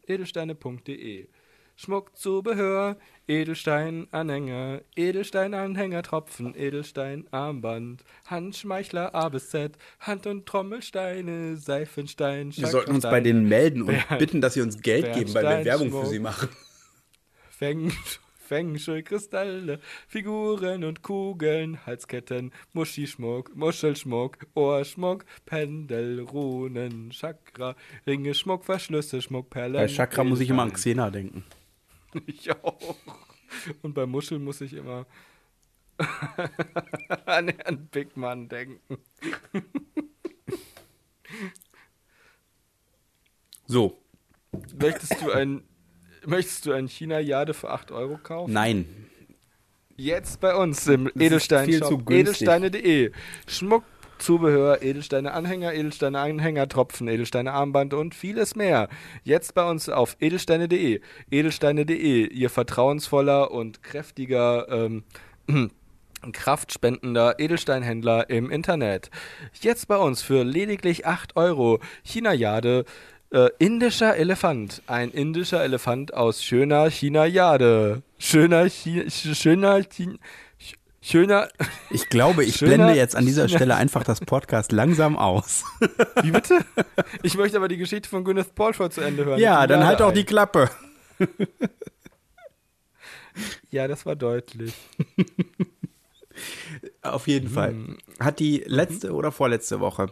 S1: Edelsteine.de Schmuckzubehör, Edelsteinanhänger, Edelsteinanhängertropfen, Edelsteinarmband, Handschmeichler A bis Z, Hand- und Trommelsteine, Seifenstein,
S2: Wir sollten uns bei
S1: Schakrastein,
S2: denen melden und
S1: Bernd-
S2: bitten, dass sie uns Geld
S1: Bernd
S2: geben, weil wir Werbung
S1: Steinschmuck.
S2: für sie machen.
S1: Feng, Feng Shui, Kristalle, Figuren und Kugeln, Halsketten, Muschischmuck, Muschelschmuck, Ohrschmuck, Pendel, Runen, Chakra, Ringe, Schmuck, Verschlüsse, Schmuck, Perlen.
S2: Bei Chakra muss ich immer an
S1: Edelsteine.
S2: Xena denken.
S1: Ich auch. Und bei Muschel muss ich immer an Herrn Bigman denken.
S2: So,
S1: Möchtest du ein, möchtest du ein China-Jade für 8 Euro kaufen?
S2: nein.
S1: Jetzt bei uns im
S2: ist viel zu
S1: Edelstein-Shop.
S2: günstig.
S1: Edelsteine.de. Schmuck, Zubehör, Edelsteine Anhänger, Edelsteine Anhänger, Tropfen, Edelsteine Armband und vieles mehr. Jetzt bei uns auf edelsteine.de. Edelsteine.de, ihr vertrauensvoller und kräftiger ähm, kraftspendender Edelsteinhändler im Internet. Jetzt bei uns für lediglich 8 Euro China-Jade. Äh, indischer Elefant. Ein indischer Elefant aus schöner China-Jade. Schöner Chi sch- Schöner Chi sch- Schöner.
S2: Ich glaube, ich
S1: Schöner-
S2: blende jetzt an dieser Stelle einfach das Podcast langsam aus.
S1: Wie bitte? Ich möchte aber die Geschichte von Gwyneth Paltrow zu Ende hören.
S2: Ja,
S1: Mit dem
S2: dann halt auch
S1: Jadeei.
S2: die Klappe.
S1: Ja, das war deutlich.
S2: Auf jeden
S1: Mhm.
S2: Fall. Hat die letzte oder vorletzte Woche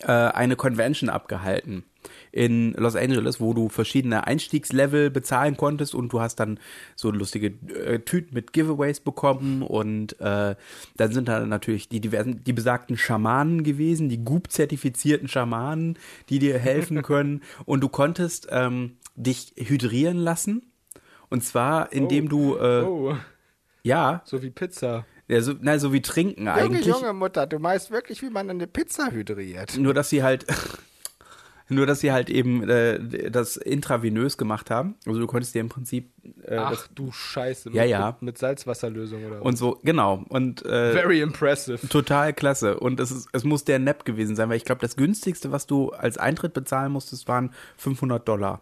S2: äh, eine Convention abgehalten in Los Angeles, wo du verschiedene Einstiegslevel bezahlen konntest und du hast dann so lustige äh, Tüten mit Giveaways bekommen und äh, dann sind da natürlich die diversen, die besagten Schamanen gewesen, die Goop-zertifizierten Schamanen, die dir helfen können und du konntest ähm, dich hydrieren lassen und zwar indem du äh,
S1: Oh,
S2: ja,
S1: so wie Pizza.
S2: ja so, na, so wie trinken eigentlich
S1: Mutter, du meinst wirklich, wie man eine Pizza hydriert.
S2: Nur dass sie halt nur dass sie halt eben äh, das intravenös gemacht haben. Also du konntest dir im Prinzip äh,
S1: Ach
S2: das,
S1: du Scheiße.
S2: Ja,
S1: mit,
S2: ja.
S1: Mit Salzwasserlösung oder
S2: und so genau und äh,
S1: Very impressive.
S2: total klasse und es ist, es muss der Nap gewesen sein, weil ich glaube das günstigste, was du als Eintritt bezahlen musstest, waren 500 Dollar.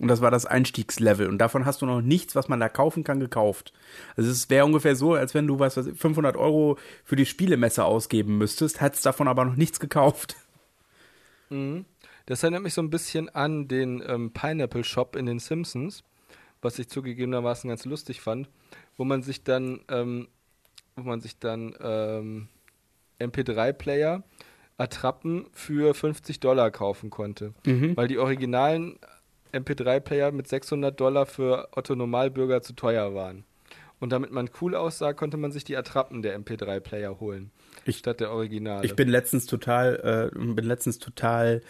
S2: Und das war das Einstiegslevel. Und davon hast du noch nichts, was man da kaufen kann, gekauft. Also es wäre ungefähr so, als wenn du, was weiß ich, 500 Euro für die Spielemesse ausgeben müsstest, hättest davon aber noch nichts gekauft.
S1: Das erinnert mich so ein bisschen an den ähm, Pineapple Shop in den Simpsons, was ich zugegebenermaßen ganz lustig fand, wo man sich dann, ähm, wo man sich dann ähm, MP3-Player Attrappen für 50 Dollar kaufen konnte,
S2: Mhm.
S1: weil die originalen MP3-Player mit 600 Dollar für Otto Normalbürger zu teuer waren. Und damit man cool aussah, konnte man sich die Attrappen der MP3-Player holen,
S2: Ich-
S1: statt der Originale.
S2: Ich bin letztens total, äh, bin letztens total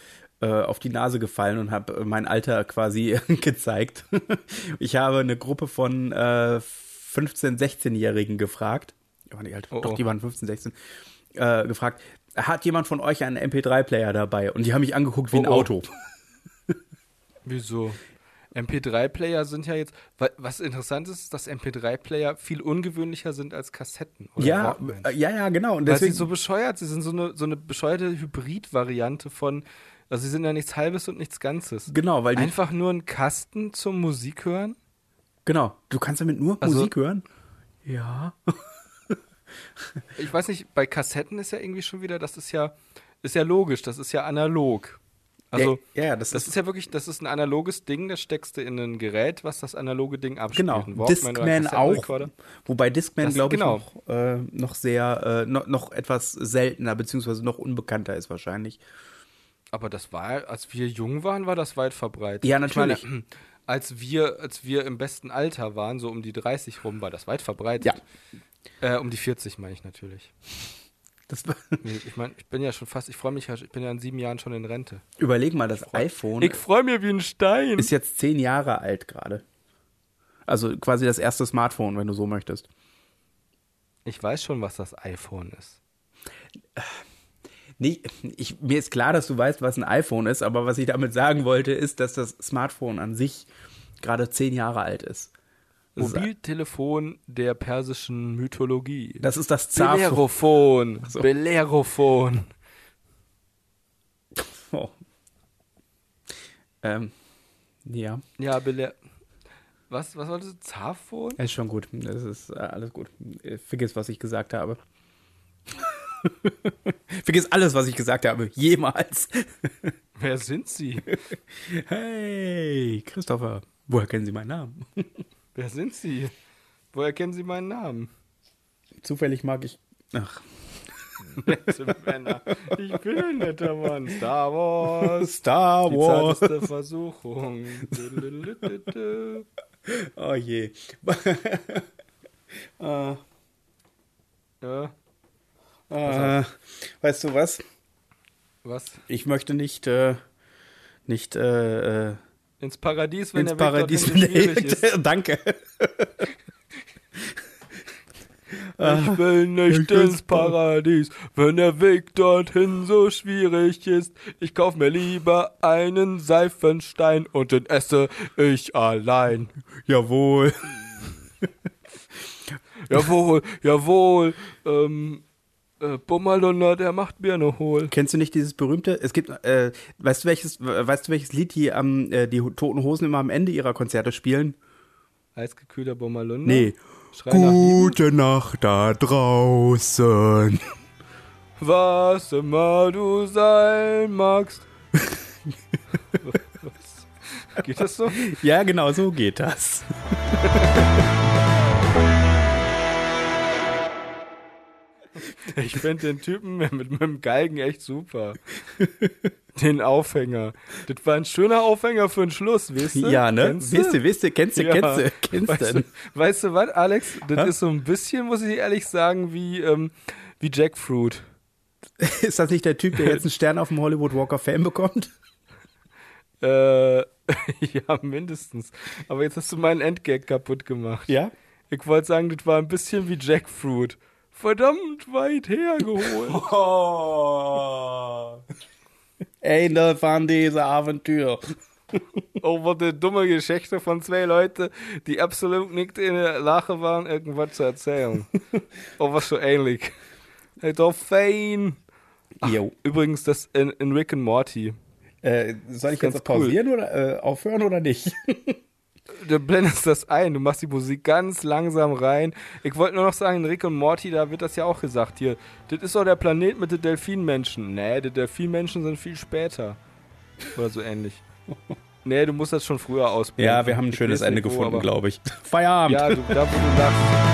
S2: äh, auf die Nase gefallen und habe mein Alter quasi gezeigt. ich habe eine Gruppe von äh, 15-, 16-Jährigen gefragt. Die waren nicht alt,
S1: Oh,
S2: doch,
S1: oh.
S2: die waren 15, 16. Äh, gefragt, hat jemand von euch einen MP3-Player dabei? Und die haben mich angeguckt wie ein
S1: Oh, oh.
S2: Auto.
S1: Wieso? MP3-Player sind ja jetzt. wa- Was interessant ist, dass MP3-Player viel ungewöhnlicher sind als Kassetten. Oder
S2: Ja,
S1: Walkmans.
S2: äh, ja, ja, genau. Und
S1: Weil sie
S2: deswegen,
S1: so bescheuert, sie sind so eine, so eine bescheuerte Hybrid-Variante von. Also, sie sind ja nichts Halbes und nichts Ganzes.
S2: genau, weil die,
S1: Einfach nur ein Kasten zum Musik hören?
S2: genau, du kannst damit nur
S1: Also-
S2: Musik hören. Ja.
S1: Ich weiß nicht, bei Kassetten ist ja irgendwie schon wieder, das ist ja, ist ja logisch, das ist ja analog. Also,
S2: ja, ja, das,
S1: das
S2: ist
S1: ist ja wirklich, das ist ein analoges Ding, das steckst du in ein Gerät, was das analoge Ding abspielt.
S2: Genau,
S1: Ein Walkman oder
S2: Discman auch.
S1: Kassettenrekorder.
S2: Wobei Discman,
S1: Das-
S2: glaube ich,
S1: genau.
S2: noch, äh, noch sehr, äh, noch, noch etwas seltener, beziehungsweise noch unbekannter ist wahrscheinlich.
S1: Aber das war, als wir jung waren, war das weit verbreitet.
S2: Ja,
S1: Ich
S2: natürlich.
S1: meine, hm, als wir, als wir im besten Alter waren, so um die 30 rum, war das weit verbreitet. Ja. Äh, um die 40 meine ich natürlich.
S2: Das war
S1: Ich meine, ich bin ja schon fast, ich freue mich ja, ich bin ja in sieben Jahren schon in Rente.
S2: Überleg mal, das iPhone
S1: Ich freue mich wie ein Stein.
S2: ist jetzt zehn Jahre alt gerade. Also quasi das erste Smartphone, wenn du so möchtest.
S1: Ich weiß schon, was das iPhone ist.
S2: Nee, ich, mir ist klar, dass du weißt, was ein iPhone ist, aber was ich damit sagen wollte, ist, dass das Smartphone an sich gerade zehn Jahre alt ist. Das ist-
S1: Mobiltelefon der persischen Mythologie.
S2: Das ist das Zafo.
S1: Belerophon.
S2: so.
S1: Belerophon.
S2: Oh. Ähm, ja,
S1: Ja, Beler. Was, was war das? Zafon?
S2: ist schon gut. Das ist äh, alles gut. Äh, Vergiss, was ich gesagt habe. Vergiss alles, was ich gesagt habe. Jemals.
S1: Wer sind Sie?
S2: Hey, Christopher. Woher kennen Sie meinen Namen?
S1: Wer sind Sie? Woher kennen Sie meinen Namen?
S2: Zufällig mag ich. Ach,
S1: Nette Männer. Ich bin ein netter Mann. Star Wars.
S2: Star
S1: Die
S2: Wars.
S1: zarteste Versuchung. Dü-dü-dü-dü-dü.
S2: Oh je. äh,
S1: Ja,
S2: äh, weißt du was?
S1: was?
S2: Ich möchte nicht, äh, nicht äh, äh,
S1: Ins Paradies, wenn
S2: ins
S1: der Weg
S2: Paradies
S1: dorthin so schwierig
S2: schwierig
S1: ist.
S2: Danke.
S1: Ah, Ich will nicht ins Paradies, wenn der Weg dorthin so schwierig ist. Ich kauf mir lieber einen Seifenstein und den esse ich allein.
S2: Jawohl.
S1: Jawohl, jawohl. Ähm, äh, Bummerlunder, der macht Birne hohl.
S2: Kennst du nicht dieses berühmte? Es gibt, äh, weißt du welches, weißt du welches Lied die am, äh, die Toten Hosen immer am Ende ihrer Konzerte spielen?
S1: Eisgekühlter Bummerlunder?
S2: Nee.
S1: Schrei nach
S2: Nacht da draußen.
S1: Was immer du sein magst. Was? Geht das so?
S2: Ja, genau so geht das.
S1: Ich finde den Typen mit, mit meinem Galgen echt super. Den Aufhänger. Das war ein schöner Aufhänger für den Schluss, weißt du?
S2: Ja, ne?
S1: Kennst
S2: Wisst ihr, wisst ihr, kennst du,
S1: Ja.
S2: kennst du, kennst
S1: Weißt
S2: du.
S1: du, weißt du was, Alex? Das ist so ein bisschen, muss ich ehrlich sagen, wie, ähm, wie Jackfruit.
S2: Ist das nicht der Typ, der jetzt einen Stern auf dem Hollywood Walk of Fame bekommt?
S1: Äh, ja, mindestens. Aber jetzt hast du meinen Endgag kaputt gemacht.
S2: Ja.
S1: Ich wollte sagen, das war ein bisschen wie Jackfruit. Verdammt weit hergeholt.
S2: Oh. Ende von dieser Abenteuer.
S1: Over die Oh, dumme Geschichte von zwei Leuten, die absolut nicht in der Lage waren, irgendwas zu erzählen. Over so ähnlich. Hey, doch fein.
S2: Jo.
S1: Übrigens, das in, in Rick and Morty.
S2: Äh, soll ich
S1: Ganz
S2: jetzt pausieren oder äh, aufhören oder nicht?
S1: Du blendest das ein, du machst die Musik ganz langsam rein. Ich wollte nur noch sagen, Rick und Morty, da wird das ja auch gesagt hier. Das ist doch der Planet mit den Delfinmenschen. Nee, die Delfinmenschen sind viel später. Oder so ähnlich. Nee, du musst das schon früher ausbilden.
S2: Ja, wir haben ein schönes Ende gefunden, glaube ich. Feierabend.
S1: Ja, du, da wo du lachst.